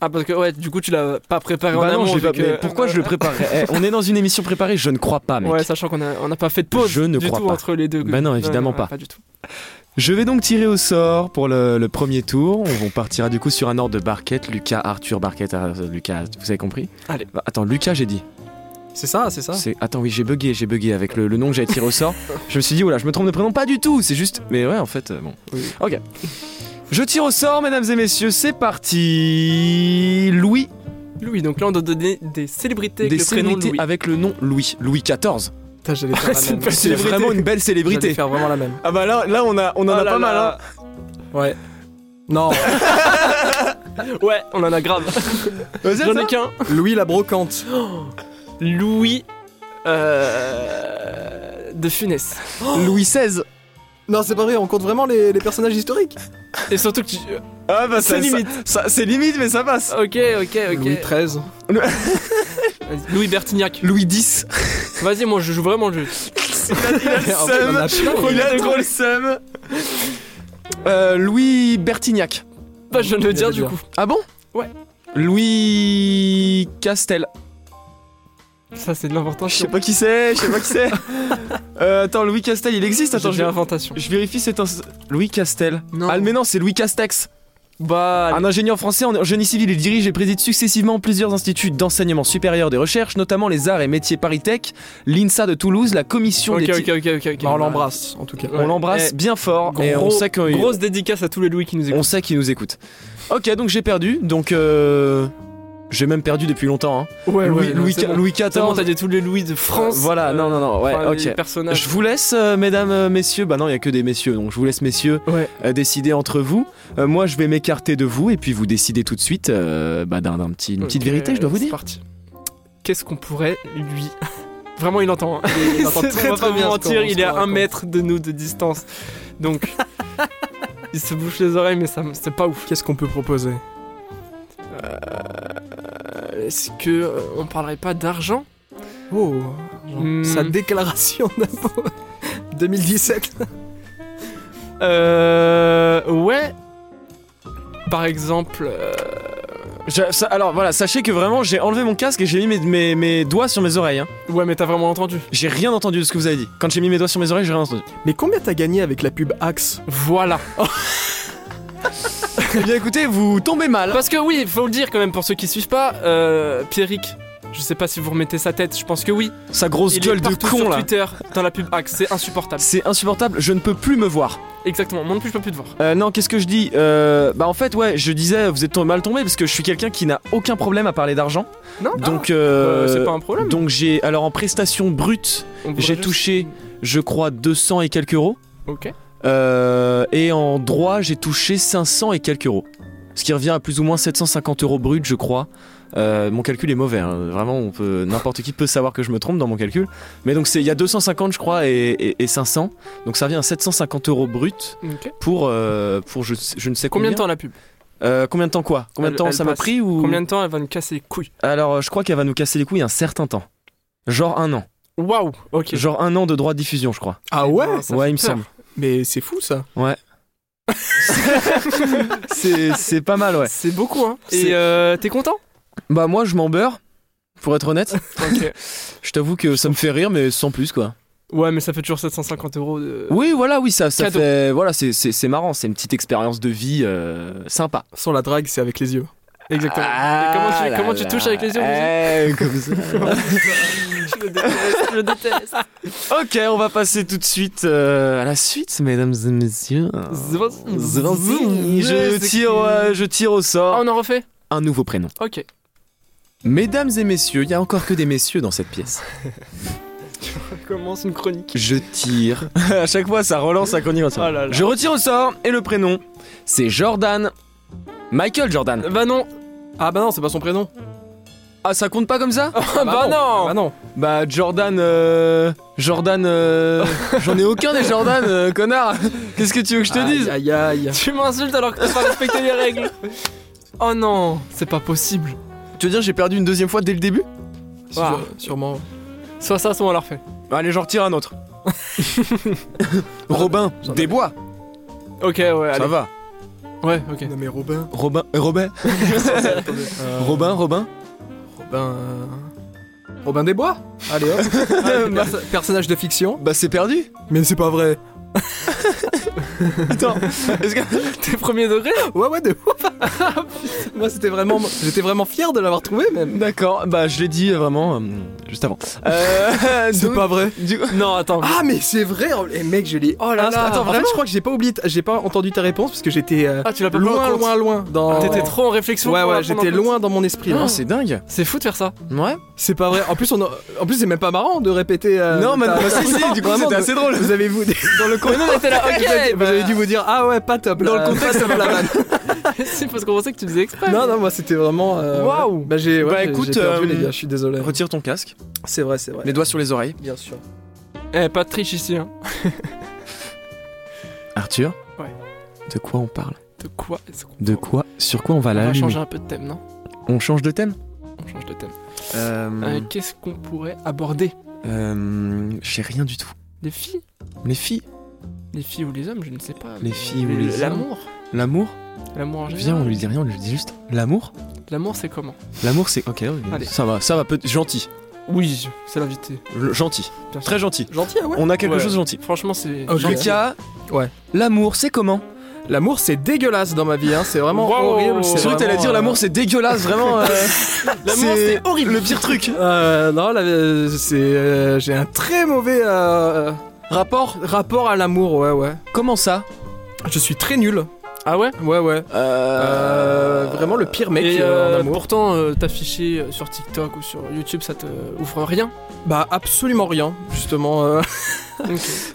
Ah, parce que, ouais, du coup, tu l'as pas préparé en
Bah non,
amont.
je
vu
vais pas-
que-
mais pourquoi je le préparerais Eh, On est dans une émission préparée, je ne crois pas mec.
Ouais, sachant qu'on a, on a pas fait de pause.
Je ne
du
crois
tout
pas.
entre les deux.
Bah non, évidemment
ouais,
pas.
Pas du tout.
Je vais donc tirer au sort pour le, le premier tour. On on partira du coup sur un ordre de Barquette, Lucas, Arthur, Barquette, euh, Lucas. Vous avez compris
Allez. Ah.
Bah, Attends, Lucas, j'ai dit.
C'est ça, c'est ça.
C'est- Attends, oui, j'ai bugué, j'ai bugué avec le, le nom que j'avais tiré au sort. je me suis dit, oh là, je me trompe de prénom. Pas du tout, c'est juste. Mais ouais, en fait, euh, bon.
Oui.
Ok. Je tire au sort, mesdames et messieurs, c'est parti. Louis,
Louis, donc là on doit donner des célébrités
des
avec le prénom
célébrités
Louis. Ah,
avec le nom Louis. Louis XIV.
Putain, j'allais faire la
C'est
même.
pas-
C'est
Célébrité.
vraiment une belle
J'allais
célébrité.
faire vraiment la même.
Ah bah là, là on, a, on en
Oh
a
là
pas mal.
là.
hein.
Ouais. Non,
Ouais, on en a grave.
Vas-y,
J'en ai
attends.
qu'un.
Louis la brocante.
Louis euh, de Funès.
Louis XVI.
Non, c'est pas vrai, on compte vraiment les, les personnages historiques.
Et surtout que tu.
Ah bah
C'est
ça- ça-
limite.
ça- c'est limite, mais ça passe.
Ok, ok, ok.
Louis XIII.
Vas-y, Louis Bertignac.
Louis X.
Vas-y, moi je joue vraiment le jeu.
Il a le
En fait, on en a
seum.
plein.
Il a trop le seum. Euh, Louis Bertignac.
Bah, je viens de le
Il y a
dire
de
du
bien.
coup.
Ah bon
Ouais.
Louis Castel.
Ça, c'est de
Je sais
l'inventation.
pas qui c'est, je sais pas qui c'est. Euh, attends, Louis Castel, il existe Attends,
J'ai
je,
l'inventation.
je vérifie, c'est un. Louis Castel.
Non.
Ah, mais non, c'est Louis Castex. Ah,
Bah,
Un ingénieur français en génie civil, il dirige et préside successivement plusieurs instituts d'enseignement supérieur des recherches, notamment les arts et métiers Paris Tech, l'INSA de Toulouse, la commission
ok,
des...
ok,
ti-
ok, ok. ok.
Bah, on l'embrasse, en tout cas.
On l'embrasse
Eh,
bien fort et
Gros-
on sait que-
Grosse dédicace à tous les Louis qui nous écoutent.
on sait qu'il nous écoute. Ok, donc j'ai perdu, donc... euh, J'ai même perdu depuis longtemps. hein.
Ouais,
Louis,
ouais,
Louis,
c'est bon.
Louis
C'est bon,
XIV...
t'as dit tous les Louis de France. euh,
Voilà, non, non, non, ouais,
enfin, les
ok.
personnages.
Je vous laisse, euh, mesdames, euh, messieurs, bah non, il n'y a que des messieurs, donc je vous laisse, messieurs,
Ouais.
euh, décider entre vous. Euh, moi, je vais m'écarter de vous, et puis vous décidez tout de suite euh, bah, d'un d'un petit, une petite
Ok,
vérité, je dois vous
c'est
dire.
parti. Qu'est-ce qu'on pourrait lui. Vraiment, il entend. hein.
Il entend
C'est
très,
très
très
très
bien ce
mentir,
qu'on- ce
il est à
qu'on
un
raconte.
mètre de nous de distance. Donc. il se bouche les oreilles, mais ça me- c'est pas ouf.
Qu'est-ce qu'on peut proposer
Euh, Est-ce que euh, on parlerait pas d'argent
Oh,
Hmm.
sa déclaration d'impôt 2017.
Euh. Ouais. Par exemple. euh,
Je- ça- alors voilà, sachez que vraiment j'ai enlevé mon casque et j'ai mis mes, mes- mes doigts sur mes oreilles. hein.
Ouais, mais t'as vraiment entendu.
J'ai rien entendu de ce que vous avez dit. Quand j'ai mis mes doigts sur mes oreilles, j'ai rien entendu.
Mais combien t'as gagné avec la pub Axe
Voilà.
eh bien écoutez, vous tombez mal.
Parce que oui, faut le dire quand même pour ceux qui suivent pas, euh, Pierrick, je sais pas si vous remettez sa tête, je pense que oui.
Sa grosse
Il
gueule
est
de
partout
con
sur
là.
Twitter dans la pub Axe, c'est insupportable.
C'est insupportable, je ne peux plus me voir.
Exactement, moi non plus je peux plus te voir.
Euh, non, qu'est-ce que je dis Euh, Bah en fait, ouais, je disais, vous êtes tombé- mal tombé parce que je suis quelqu'un qui n'a aucun problème à parler d'argent.
Non
Donc, euh,
Euh, c'est pas un problème.
donc j'ai, alors en prestation brute,
On pourrait
j'ai
juste-
touché, je crois, 200 et quelques euros.
Ok.
Euh, et en droit, j'ai touché 500 et quelques euros. Ce qui revient à plus ou moins 750 euros brut, je crois. Euh, mon calcul est mauvais, hein. vraiment, on peut, n'importe qui peut savoir que je me trompe dans mon calcul. Mais donc, c'est, il y a 250, je crois, et, et- et 500. Donc, ça revient à 750 euros brut
Ok.
pour, euh, pour je, je ne sais combien.
Combien de temps la pub
Euh, Combien de temps quoi Combien de
Elle-
temps
elle
ça m'a
passe.
pris ou...
Combien de temps elle va nous casser les couilles
Alors, euh, je crois qu'elle va nous casser les couilles un certain temps. Genre un an.
Waouh Ok.
Genre un an de droit de diffusion, je crois.
Ah
Non, ça
ouais,
fait
il me
peur.
semble.
Mais c'est fou ça.
C'est, c'est pas mal, ouais.
C'est beaucoup, hein.
C'est-
Et euh, t'es content
Bah, moi, je m'en beurre, pour être honnête.
Ok.
Je t'avoue que ça me fait rire, mais sans plus quoi.
Ouais, mais ça fait toujours 750 euros de.
Oui, voilà, oui, ça, ça
Cadeau.
fait. Voilà, c'est- c'est c'est marrant, c'est une petite expérience de vie euh, sympa. Ah
Sans la drague, c'est avec les yeux.
Exactement. Et
Ah
comment tu, comment tu touches avec les yeux Luigi
yeux Eh, comme ça.
Je le
Euh.
déteste, je le déteste.
Ok, on va passer tout de suite euh, à la suite, mesdames et messieurs. Je tire, euh, je tire au
Ah,
sort
on en refait
un nouveau prénom.
Ok.
Mesdames et messieurs, il y a encore que des messieurs dans cette pièce.
Commence une chronique.
Je tire. à chaque fois, ça relance la chronique.
Oh là là.
Je retire au sort et le prénom, c'est Jordan. Michael Jordan.
Bah non
Ah bah non, c'est pas son prénom.
Ah, ça compte pas comme ça
Ah, Bah
Ah
non
Bah non.
Bah, Jordan. euh, Jordan. euh, J'en ai aucun des Jordan, euh, connard Qu'est-ce que tu veux que je te dise
Aïe aïe. aïe.
Tu m'insultes alors que t'as pas respecté les règles Oh non, c'est pas possible.
Tu veux dire, j'ai perdu une deuxième fois dès le début
Sûr-
Ah.
Sûrement.
Soit ça, soit on la refait.
Allez, j'en retire un autre. Robin,
J'en ai-
des bois,
Ok, ouais, allez.
ça va.
Ouais, ok.
Non mais Robin.
Robin, euh, Robin,
Attendez. Euh,
Robin, Robin.
Robin. euh, Robin des Bois Allez
Ah, bah,
hop. Perso- personnage de fiction.
Bah, c'est perdu.
Mais c'est pas vrai.
Attends, est-ce que.
T'es premier degré
Ouais, ouais, de ouf. Moi, c'était vraiment, j'étais vraiment fier de l'avoir trouvé, même.
D'accord, bah je l'ai dit euh, vraiment euh, juste avant. Euh,
C'est
donc,
pas vrai.
du-
Non, attends.
Ah, mais c'est vrai. Et mec, je l'ai. Oh là
Ah,
là.
attends,
En fait,
vraiment
je crois que j'ai pas oublié, ta- j'ai pas entendu ta réponse parce que j'étais euh,
Ah, tu l'as pas pris en
loin, Ah,
compte.
loin, loin. Dans.
T'étais trop en réflexion.
Ouais,
pour la
ouais,
prendre en
j'étais
compte.
loin dans mon esprit. là.
Oh, c'est dingue.
C'est fou de faire ça.
Ouais.
C'est pas vrai. En plus, on a- en plus, c'est même pas marrant de répéter. euh,
non, mais
ta-
bah,
ta-
si, si, du coup,
Vraiment,
c'était
de-
assez drôle.
Vous avez vous
Dans le
Et nous, on était là, ok.
vous, avez, vous
bah,
avez dû vous dire ah ouais pas top.
Dans
là,
le contexte,
pas top, la vanne.
c'est parce qu'on pensait que tu faisais exprès.
Non non moi c'était vraiment. euh,
Waouh.
Bah j'ai. ouais,
Bah,
j'ai-
écoute,
j'ai perdu,
euh,
les gars, je suis désolé.
Retire ton casque,
C'est vrai c'est vrai.
les doigts sur les oreilles.
Bien sûr.
Eh, pas de triche ici, hein.
Arthur
Ouais.
De quoi on parle
De quoi est-ce qu'on
De quoi Sur quoi on va
On
la
va changer
allumer
un peu de thème, non
On change de thème
On change de thème.
Euh.
Euh, Qu'est-ce qu'on pourrait aborder
euh, je sais rien du tout.
Les filles
Les filles
Les filles ou les hommes, je ne sais pas.
Les
mais-
filles ou
mais
les hommes
L'amour
L'amour
L'amour en
Viens,
général.
on lui dit rien, on lui dit juste l'amour.
L'amour, c'est comment
L'amour, c'est. Ok, on-
Allez.
ça va, ça va, peut gentil.
Oui, c'est l'invité.
Le- Gentil.
Bien sûr.
Très Oh. gentil.
Gentil ah ouais.
On a quelque
Ouais.
chose de gentil.
Franchement, c'est.
Ok.
gentil.
Lucas,
Ouais.
l'amour, c'est comment
L'amour c'est dégueulasse dans ma vie hein. C'est vraiment
Wow.
horrible.
C'est
C'est
vrai que t'allais
vraiment,
dire
euh,
l'amour, c'est dégueulasse, vraiment. euh,
L'amour, c'est horrible.
Le pire truc.
Euh, non, là, euh, c'est, euh, j'ai un très mauvais euh, rapport rapport à l'amour, ouais, ouais.
Comment ça
Je suis très nul,
Ah ouais
ouais, ouais. Euh, vraiment le pire mec
Et
euh, en
euh,
amour.
pourtant, euh, t'afficher euh, sur TikTok ou sur YouTube, ça te euh, ouvre rien.
Bah absolument rien, justement. euh.
Ok.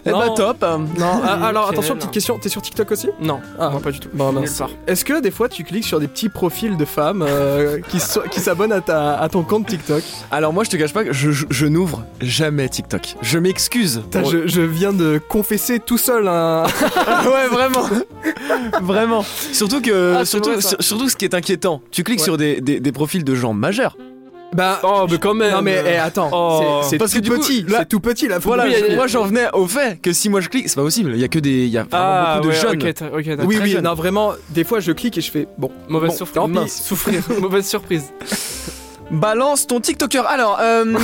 Eh bah
Non.
top. euh,
non, ah, alors
Nickel.
attention, petite question. T'es sur TikTok aussi
Non,
Ah.
non, pas du tout.
Bon,
Nulle
mince.
bah,
part.
Est-ce que des fois tu cliques sur des petits profils de femmes euh, qui, so- qui s'abonnent à, ta- à ton compte TikTok
Alors moi, je te cache pas que je, je- je n'ouvre jamais TikTok. Je m'excuse.
Putain, je, je viens de confesser tout seul. hein. un-
ouais, vraiment. vraiment. Surtout que,
Ah, c'est
surtout,
vrai, ça.
sur- surtout ce qui est inquiétant, tu cliques
Ouais.
sur des, des- des profils de gens majeurs.
bah
Oh, mais quand même.
non mais
ah,
eh, attends,
Oh.
c'est, c'est
Parce que
tout
du coup,
petit,
là-
c'est tout petit la
Voilà,
Oui, il y a-
moi j'en venais au fait que si moi je clique, c'est pas possible. Il y a que des, il y a vraiment
Ah,
beaucoup de
ouais,
jeunes.
ok, t'as- ok, t'as-
Oui,
très
oui,
jeune.
non, vraiment, des fois je clique et je fais bon.
Mauvaise
bon,
surprise.
tant pis.
Mince, souffrir. Mauvaise surprise.
Balance ton TikToker. Alors, euh,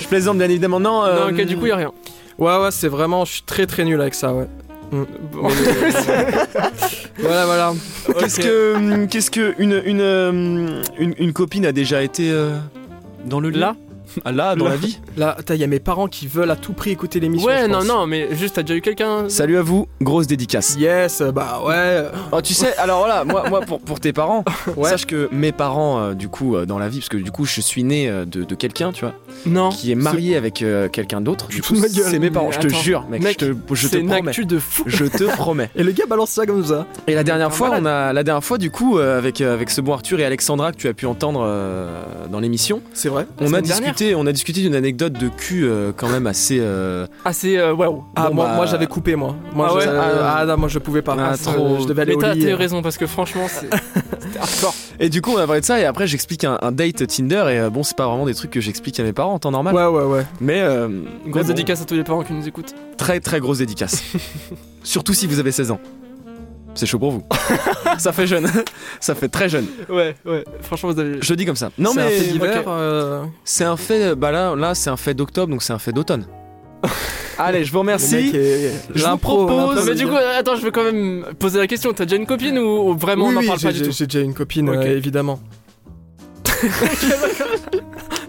je plaisante bien évidemment. Non. euh,
Non, ok, du coup, y a rien.
Ouais, ouais, c'est vraiment, je suis très très nul avec ça, ouais. Mais, euh, voilà, voilà.
Qu'est-ce
Ok.
que, hum, qu'est-ce que une, une, hum, une, une copine a déjà été euh, dans le lit
Là
Ah, là, dans
Là.
la vie
Là, il y a mes parents qui veulent à tout prix écouter l'émission.
Ouais,
je
non,
pense.
non, mais juste, t'as déjà eu quelqu'un
Salut à vous, grosse dédicace.
Yes, euh, bah ouais. euh,
Oh, tu sais, alors voilà, moi, moi pour, pour tes parents,
Ouais.
sache que mes parents, euh, du coup, euh, dans la vie, parce que du coup, je suis né euh, de, de quelqu'un, tu vois,
Non.
qui est marié avec euh, quelqu'un d'autre. Du
te
coup,
fous de ma gueule.
c'est mes parents,
Mais
je te
attends,
jure, mec,
mec,
je te, je te
C'est une
promets.
actu de fou.
Je te promets.
Et le gars balance ça comme ça.
Et la dernière
t'es un
fois, on a, la dernière fois, du coup, euh, avec, euh, avec ce bon Arthur et Alexandra que tu as pu entendre euh, dans l'émission,
C'est vrai.
on a
semaine dernière.
discuté, on a discuté d'une anecdote de cul euh, quand même assez. euh,
Ah, c'est. euh, Waouh.
Ah,
Bon,
moi,
bah-
moi j'avais coupé, moi. Moi,
Ah
je-
ouais
ah, ah, non, moi je pouvais pas.
Ah,
ça,
trop.
Je devais aller
Mais
au
t'as
lit.
t'as eu
euh.
raison, parce que franchement, c'est. c'était hardcore.
Et du coup, on a parlé de ça, et après, j'explique un, un date Tinder, et euh, bon, c'est pas vraiment des trucs que j'explique à mes parents en temps normal,
Ouais, ouais, ouais.
mais. euh,
Une grosse
mais bon.
dédicace à tous les parents qui nous écoutent.
Très très grosse dédicace. Surtout si vous avez 16 ans. C'est chaud pour vous. ça fait jeune. ça fait très jeune.
Ouais, ouais. Franchement, vous avez.
Je le dis comme ça. Non
C'est un fait
mais
divers,
ok.
euh,
c'est un fait bah là là c'est un fait d'octobre donc c'est un fait d'automne. Allez, je vous
le mec
remercie.
est-
Je vous
l'impro,
propose-
l'impro,
Non, mais
c'est
du coup,
bien.
attends, je veux quand même poser la question. T'as déjà une copine ou, ou vraiment
oui,
Ah, on n'en
oui,
parle pas
j'ai-
du tout
J'ai déjà une copine,
Ok.
euh, évidemment.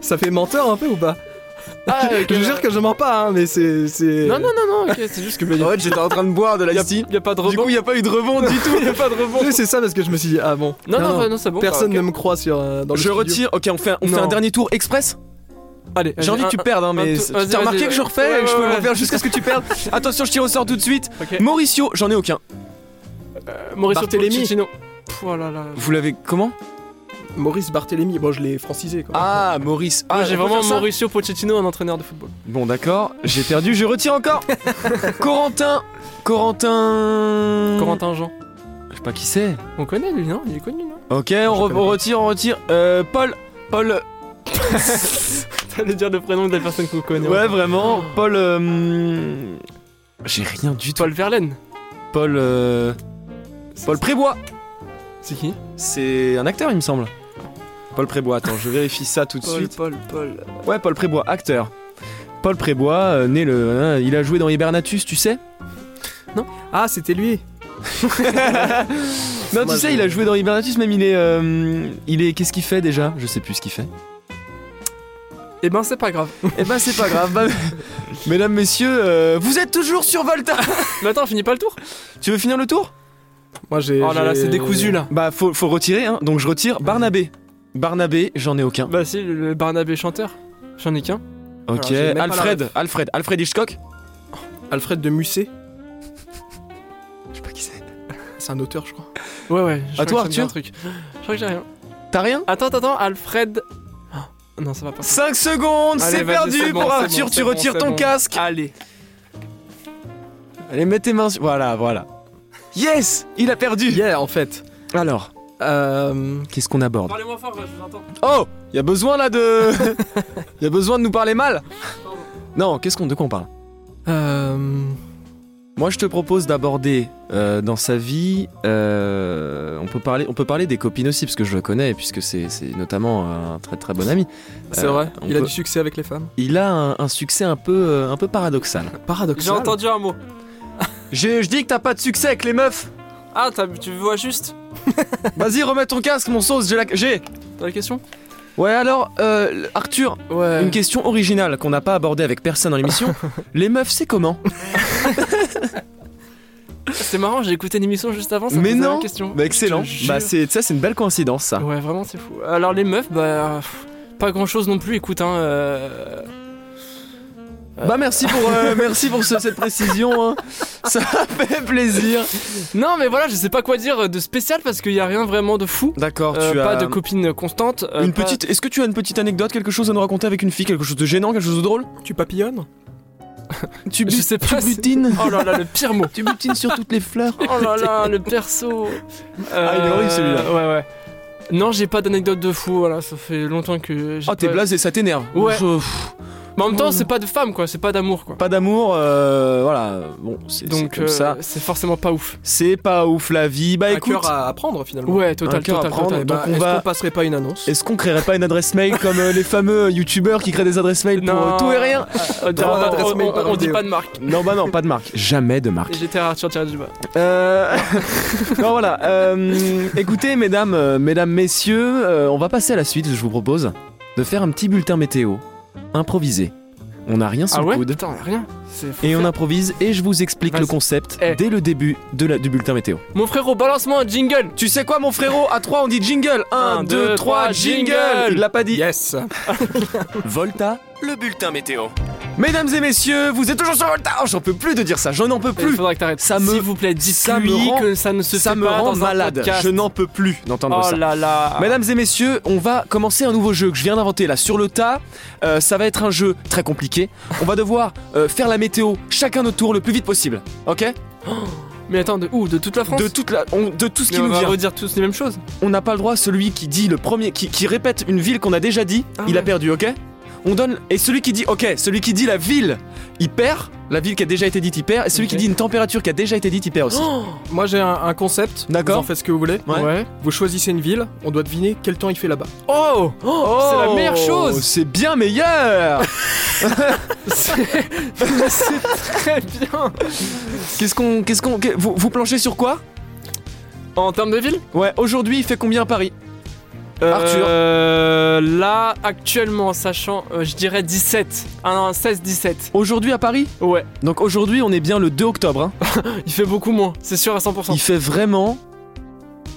ça fait menteur un peu ou pas
Ah, ok.
Je jure que je mens pas, hein, mais c'est. c'est-
Non, non, non, non, ok, c'est juste que.
En fait, j'étais en train de boire de la tea.
Y a pas de
Du coup,
rebond.
il n'y a pas eu de rebond du tout.
Y a pas de rebond.
Oui, c'est ça parce que je me suis dit, ah bon.
Non, non, non, c'est bon.
Personne
Ah,
ne
ok.
me croit sur. euh, dans le
Je
studio.
retire. OK, on fait un, on fait
Non.
un dernier tour express.
Allez,
J'ai envie que tu
un-
perdes hein, mais
tout- vas-y,
t'as remarqué
vas-y,
que je
ouais.
refais
Ouais,
je peux
ouais,
le
ouais.
refaire jusqu'à ce que tu perdes. Attention, je tire au sort tout de suite.
Ok.
Mauricio, j'en ai aucun.
Euh, Mauricio
Barthélémy.
Pochettino. Pff, oh là là.
Vous l'avez comment
Maurice Barthélémy, bon, je l'ai francisé quoi.
Ah, Maurice. Ah,
Moi, j'ai
on peut
vraiment
faire ça
Mauricio Pochettino, un entraîneur de football.
Bon d'accord, j'ai perdu, je retire encore Corentin Corentin
Corentin Jean.
Je sais pas qui c'est.
On connaît lui, non Il est connu, non
Ok, on, re-
connais
on
pas.
retire, on retire. Euh, Paul Paul
T'allais dire le prénom de la personne qu'on connaît.
Ouais vraiment, Paul euh, J'ai rien du tout.
Paul Verlaine.
Paul euh, Paul Prébois
C'est qui
C'est un acteur il me semble. Paul Prébois, attends, je vérifie ça tout de suite.
Paul, Paul.
Ouais, Paul Prébois, acteur. Paul Prébois, euh, né le. hein, il a joué dans Hibernatus, tu sais
Non
Ah, c'était lui
Non,
Moi,
tu sais,
je-
il a joué dans Hibernatus, même il est. euh, il est. Qu'est-ce qu'il fait déjà Je sais plus ce qu'il fait.
Eh ben, c'est pas grave.
Eh ben, c'est pas grave. Bah, Mesdames, messieurs, euh, vous êtes toujours sur Volta
Mais attends, on finit pas le tour
Tu veux finir le tour
Moi, j'ai.
Oh là là,
j'ai-
c'est décousu là.
Bah, faut, faut retirer, hein. Donc, je retire Barnabé. Barnabé, j'en ai aucun.
Bah, si, le, le Barnabé chanteur. J'en ai qu'un.
Ok,
j'ai même pas la
Alfred, Alfred, Alfred Hitchcock
Alfred de Musset.
Je sais pas qui c'est.
C'est un auteur, je crois.
Ouais, ouais. je
À
crois
toi,
que ça me dit un
Arthur
truc. Je crois que j'ai rien.
T'as rien
Attends, attends, attends, Alfred. Ah, non, ça va pas.
5 secondes,
Allez,
c'est
vas-y,
perdu
c'est bon,
pour
c'est
Arthur,
bon,
tu
c'est bon,
retires
c'est
ton
bon.
casque.
Allez.
Allez, mets tes mains sur... Voilà, voilà. Yes Il a perdu
Yeah, en fait.
Alors,
Euh,
qu'est-ce qu'on aborde
Parlez-moi fort, je vous entends.
Oh Y a besoin là de... y a besoin de nous parler mal Non, qu'est-ce qu'on... De quoi on parle
euh,
Moi, je te propose d'aborder euh, dans sa vie. euh, on peut parler, on peut parler des copines aussi parce que je le connais puisque c'est c'est notamment un très très bon ami.
c'est
Euh,
vrai.
on
Il a
peut-
du succès avec les femmes.
Il a un, un succès un peu euh, un peu paradoxal.
J'ai
Paradoxal.
entendu un mot.
Je, je dis que t'as pas de succès avec les meufs.
Ah, t'as- tu vois juste
Vas-y, remets ton casque, mon sauce. J'ai la j'ai.
dans la question
Ouais, alors euh, Arthur,
Ouais.
une question originale qu'on n'a pas abordée avec personne dans l'émission. les meufs, c'est comment
C'est marrant, j'ai écouté l'émission juste avant, ça me
Mais
posait
non.
la question.
Bah excellent.
Je te
Bah
jure.
c'est ça, c'est une belle coïncidence ça.
Ouais, vraiment, c'est fou. Alors, les meufs, bah. pff, Pas grand chose non plus, écoute, hein. euh,
Bah merci pour euh, merci pour ce- cette précision. hein. Ça fait plaisir.
Non, mais voilà, je sais pas quoi dire de spécial parce qu'il y a rien vraiment de fou.
D'accord,
Euh,
tu as
Pas de copine constante. euh,
une
pas-
petite. Est-ce que tu as une petite anecdote, quelque chose à nous raconter avec une fille, quelque chose de gênant, quelque chose de drôle
Tu papillonnes
Tu,
Je
bu-
sais
tu
pas. c'est-
butines,
Oh là là, le pire mot.
tu butines sur toutes les fleurs.
Oh là là, le perso. Euh,
Ah, il est horrible, celui-là.
Ouais, ouais. Non, j'ai pas d'anecdote de fou, voilà, ça fait longtemps que. j'ai
Oh t'es
pas-
blasé, Oh. ça t'énerve.
Ouais.
Je- pff,
Mais en même temps, c'est pas de femme, quoi, c'est pas d'amour, quoi.
pas d'amour, euh, voilà. Bon, c'est c'est
Donc,
comme
euh,
ça.
c'est forcément pas ouf.
C'est pas ouf la vie. Bah
Un
écoute,
cœur à apprendre finalement.
Ouais, total,
Un cœur à
total,
prendre, eh
total.
donc
Bah,
on
Est-ce
va-
qu'on passerait pas une annonce
est-ce qu'on créerait pas une adresse mail comme euh, les fameux youtubeurs qui créent des adresses mail pour
Non.
euh, tout et rien
On dira
Trois
pas-
adresses
on-
mail par
on- on dit
vidéo.
pas de marque.
Non bah non, pas de marque. Jamais de marque.
Et j'étais à Arthur Tiré du bas.
Euh... non voilà. euh, écoutez mesdames, euh, mesdames, messieurs, euh, on va passer à la suite. Je vous propose de faire un petit bulletin météo improvisé. On n'a rien sur
Ah
le
ouais
coude.
Putain, rien. C'est fou.
Et on improvise et je vous explique le
Vas-y.
concept
Eh.
dès le début de la, du bulletin météo.
Mon frérot, balance-moi un jingle
Tu sais quoi mon frérot À 3 on dit jingle
Un, deux, trois, jingle.
Il l'a pas dit
Yes
Volta, le bulletin météo. Mesdames et messieurs, vous êtes toujours sur Volta Oh j'en peux plus de dire ça, je n'en peux
Il
plus
faudra que t'arrêtes.
Ça me-
S'il vous plaît,
ça me
dites-lui
rend-
que ça ne se
Ça
fait
me
pas
rend
dans un
malade,
podcast.
je n'en peux plus d'entendre
Oh
ça.
là là
Mesdames et messieurs, on va commencer un nouveau jeu que je viens d'inventer là sur le tas. Euh, ça va être un jeu très compliqué. On va devoir euh, faire la météo chacun notre tour le plus vite possible. Ok
Mais attends, de où De toute la France
De toute la, on- de tout ce
Mais
qui
on
nous
va
vient.
redire tous les mêmes choses.
On n'a pas le droit. Celui qui dit le premier, qui, qui répète une ville qu'on a déjà dit,
Ah
il a
ouais.
perdu. Ok On donne. Et celui qui dit ok, celui qui dit la ville, il perd. La ville qui a déjà été dite, il perd. Et celui
Ok.
qui dit une température qui a déjà été dite, il perd aussi.
Moi j'ai un, un concept.
D'accord.
Vous en faites ce que vous voulez.
Ouais.
Vous choisissez une ville, on doit deviner quel temps il fait là-bas.
Oh, C'est la meilleure
Oh
chose
C'est bien meilleur.
C'est c'est très bien
Qu'est-ce qu'on, qu'est-ce qu'on, qu'est- vous, vous planchez sur quoi
En termes de ville
Ouais, aujourd'hui il fait combien à Paris Arthur.
Euh, là, actuellement, sachant, euh, je dirais 17. Ah non, 16-17.
Aujourd'hui à Paris
Ouais,
Donc aujourd'hui on est bien le 2 octobre. hein.
il fait beaucoup moins, c'est sûr à 100%.
Il fait vraiment,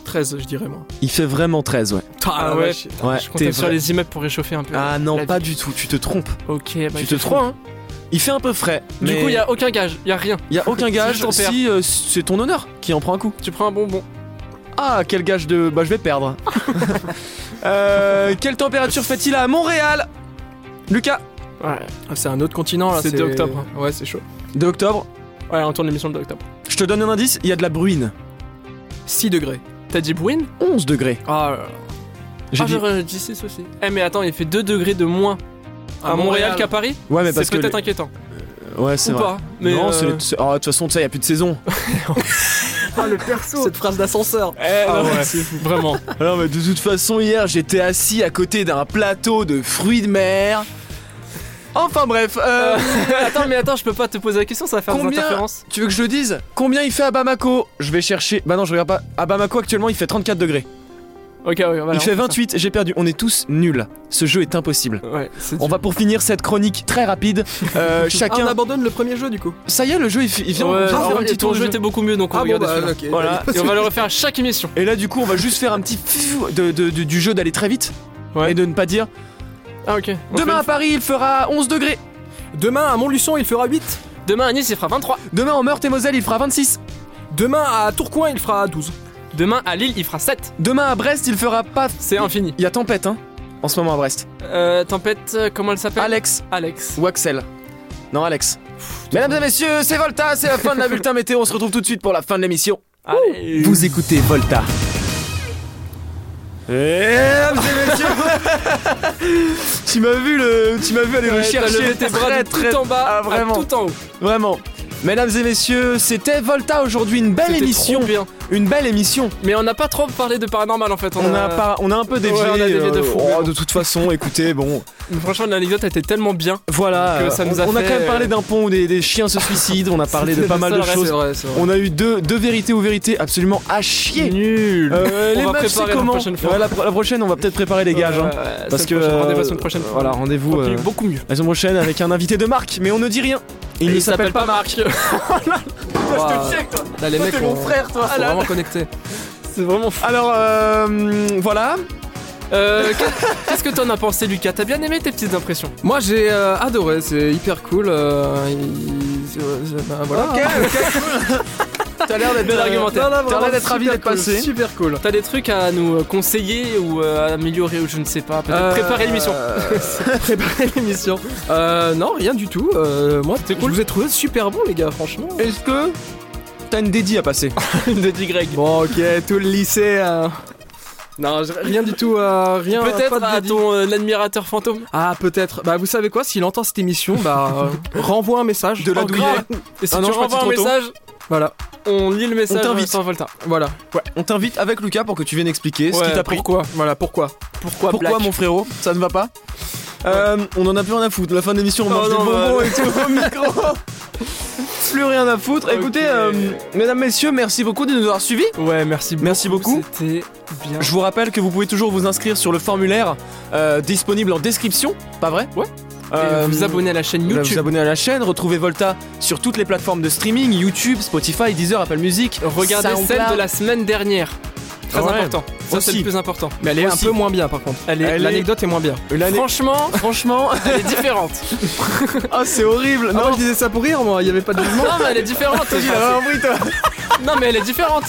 13 je dirais moi.
il fait vraiment 13 ouais.
Ah
la
ouais.
vache.
Ouais,
Je
t'es
comptais sur
vrai.
les immeubles pour réchauffer un peu.
Ah non,
la
pas
vie.
du tout, tu te trompes.
Ok, bah
tu
il
te
fait froid,
trompes. Il fait un peu frais.
Du
mais
coup, il y a aucun gage, il y a rien.
y a aucun
C'est
gage
juste ton père.
si euh, c'est ton honneur qui en prend un coup.
Tu prends un bonbon.
Ah, quel gage de bah je vais perdre. Euh, quelle température fait-il à Montréal Lucas
Ouais.
Ah, c'est un autre continent là.
C'est 2 octobre.
Ouais c'est chaud.
2 octobre.
Ouais, on tourne l'émission le 2 octobre.
Je te donne un indice, il y a de la bruine.
6 degrés.
T'as dit Bouin
11 degrés.
Ah, là là.
J'ai
ah
dit.
j'aurais dit 6 aussi. Eh, mais attends, il fait 2 degrés de moins à, Ah, Montréal, qu'à Paris
Ouais, Ah, mais parce
C'est
que
peut-être inquiétant.
Ouais, c'est
Ou
vrai.
pas. Mais
non,
euh,
c'est les- c'est- oh, de toute façon, tu sais, il y a plus de saison.
Ah le perso Cette phrase d'ascenseur
Eh,
Ah ouais.
Vraiment.
Alors, mais de toute façon, hier, j'étais assis à côté d'un plateau de fruits de mer.
Enfin bref, euh,
attends, mais attends, je peux pas te poser la question, ça va faire des
Combien-
interférences.
Tu veux que je le dise Combien il fait à Bamako Je vais chercher. Bah non, je regarde pas. À Bamako actuellement, il fait 34 degrés.
Ok, ouais, voilà.
il fait 28, j'ai perdu. On est tous nuls. Ce jeu est impossible.
Ouais, c'est
On
dur.
va pour finir cette chronique très rapide. Euh,
ah, on
chacun.
abandonne le premier jeu du coup.
Ça y est, le jeu il, fi- il vient. on
Ouais,
vient faire
alors,
un petit
ton
tour de
jeu
jeu. Ah,
était beaucoup mieux, donc on va regarder
bah,
celui-là.
ok.
Voilà.
Et on va le refaire à chaque émission.
Et là, du coup, on va juste faire un petit pfiou de, de- de- du jeu d'aller très vite
Ouais.
et de ne pas dire.
Ah, ok. On
Demain à Paris, il fera 11 degrés.
Demain à Montluçon, il fera 8.
fait une- Demain à Nice, il fera 23.
Demain en Meurthe-et-Moselle, il fera 26.
Demain à Tourcoing, il fera 12.
Demain à Lille, il fera 7.
Demain à Brest, il fera pas.
C'est infini.
Il y a tempête, hein, en ce moment à Brest.
Euh, tempête, euh, comment elle s'appelle
Alex
Alex.
ou Axel Non, Alex. Mesdames et messieurs, c'est Volta, c'est la fin de la bulletin météo. On se retrouve tout de suite pour la fin de l'émission.
Allez.
Vous écoutez Volta. Mesdames et messieurs, tu m'as vu le, tu m'as vu aller le
Ouais, t'as
chercher
levé tes bras
très,
de
très-
tout en bas
Ah,
à
vraiment.
tout en haut.
Vraiment. Mesdames et messieurs, c'était Volta aujourd'hui, une belle
C'était
émission,
trop bien.
une belle émission.
Mais on n'a pas trop parlé de paranormal en fait.
On, a, pas- on a un peu dévié.
Euh, Ouais, on a dévié de
euh,
fou,
oh,
mais bon.
de toute façon, écoutez, bon,
Franchement, l'anecdote était tellement bien.
voilà.
Donc, euh, ça
euh,
nous
on
a
on a
fait,
quand même parlé
euh,
d'un pont où des, des chiens se suicident. On a parlé de
C'était
pas mal
ça,
de
ouais,
choses.
c'est vrai, c'est vrai.
On a eu deux, deux vérités ou vérités absolument à chier.
Nul.
Euh,
Mmh. On
les
va
meufs,
préparer
c'est
la
comment
prochaine fois.
Ouais, la, pro- la prochaine, on va peut-être préparer les gages. hein. Parce que euh,
rendez-vous la semaine prochaine.
Voilà, rendez-vous
Continue,
euh,
beaucoup mieux.
la semaine prochaine avec un invité de marque, mais on ne dit rien. Il ne s'appelle pas.
Marc.
Ouah. Là, les mecs, on...
toi.
faut vraiment connecter.
C'est vraiment fou.
Ah Alors euh, voilà.
Euh, qu'est- Qu'est-ce que t'en as pensé, Lucas T'as bien aimé tes petites impressions
Moi, j'ai euh, adoré, c'est hyper cool. euh, il- euh, bah, voilà.
Ok, T'as l'air d'être
Bel argumentaire.
Non, non,
T'as
vraiment
l'air d'être ravi
super
d'être
cool,
passé.
Super cool.
T'as des trucs à nous euh, conseiller ou euh, à améliorer ou je ne sais pas Peut-être
Euh,
préparer l'émission.
euh, préparer l'émission. Euh, non, rien du tout. Euh, moi,
cool.
je vous ai trouvé super bon, les gars, franchement.
Est-ce que t'as une dédie à passer
de Digreg.
Bon, ok, tout le lycée. euh, Non, j'ai rien du tout. euh, rien. pas
Peut-être
de
à
dédié.
ton euh, admirateur fantôme.
Ah, peut-être. Bah, vous savez quoi S'il entend cette émission, bah, euh, renvoie un message.
De la
Oh,
douille.
grave.
Et si
Ah non,
tu
je suis
renvoies un
parti trop tôt.
message,
Voilà,
on lit le message
t'invite.
euh, sans Volta.
voilà.
On t'invite avec Lucas pour que tu viennes expliquer ce qui
Ouais,
t'a pris.
Pourquoi Voilà, pourquoi
Pourquoi,
Pourquoi
Black
mon frérot Ça ne va pas Euh, On en a plus rien à foutre. La fin de l'émission, on
Oh
mange
non,
des bonbons
bah,
et tout au micro. plus rien à foutre.
Ok.
Écoutez, euh, mesdames, messieurs, merci beaucoup de nous avoir suivis.
Ouais, merci beaucoup.
Merci beaucoup.
C'était bien.
Je vous rappelle que vous pouvez toujours vous inscrire sur le formulaire euh, disponible en description, pas vrai
Ouais. Et
Euh,
vous abonner à la chaîne
voilà, Vous
YouTube.
abonner à la chaîne, retrouvez Volta sur toutes les plateformes de streaming, YouTube, Spotify, Deezer, Apple Music.
Regardez celle de la semaine dernière. Très
Ouais.
important. Ça, c'est
Aussi.
le plus important.
Mais elle est
Aussi.
un peu moins bien, par contre.
Elle
Elle est-
L'anecdote est moins bien.
L'année-
Franchement,
Franchement,
elle est différente.
ah c'est horrible.
Ah,
Non,
moi, je disais ça pour rire, moi. Il y avait pas de jugement.
Non mais elle est différente
je- t'as pas compris, toi.
Non mais elle est différente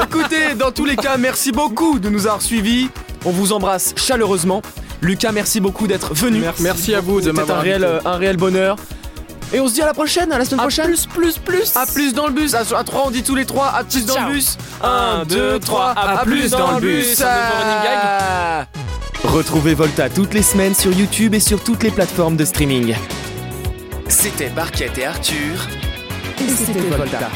Écoutez, dans tous les cas, merci beaucoup de nous avoir suivis. On vous embrasse chaleureusement. Lucas, merci beaucoup d'être venu.
Merci, à vous de
C'était un
m'avoir
réel,
invité.
euh, un réel bonheur. Et on se dit à la prochaine, à la semaine
À
prochaine.
plus plus plus
A plus dans le bus, à, à 3 on dit tous les 3, à plus dans
Ciao.
le bus.
Un,
1,
deux,
2, 3,
trois, à
à plus dans le bus.
Un running gag.
Ah. Retrouvez Volta toutes les semaines sur YouTube et sur toutes les plateformes de streaming. C'était Barquette et Arthur.
C'était Volta.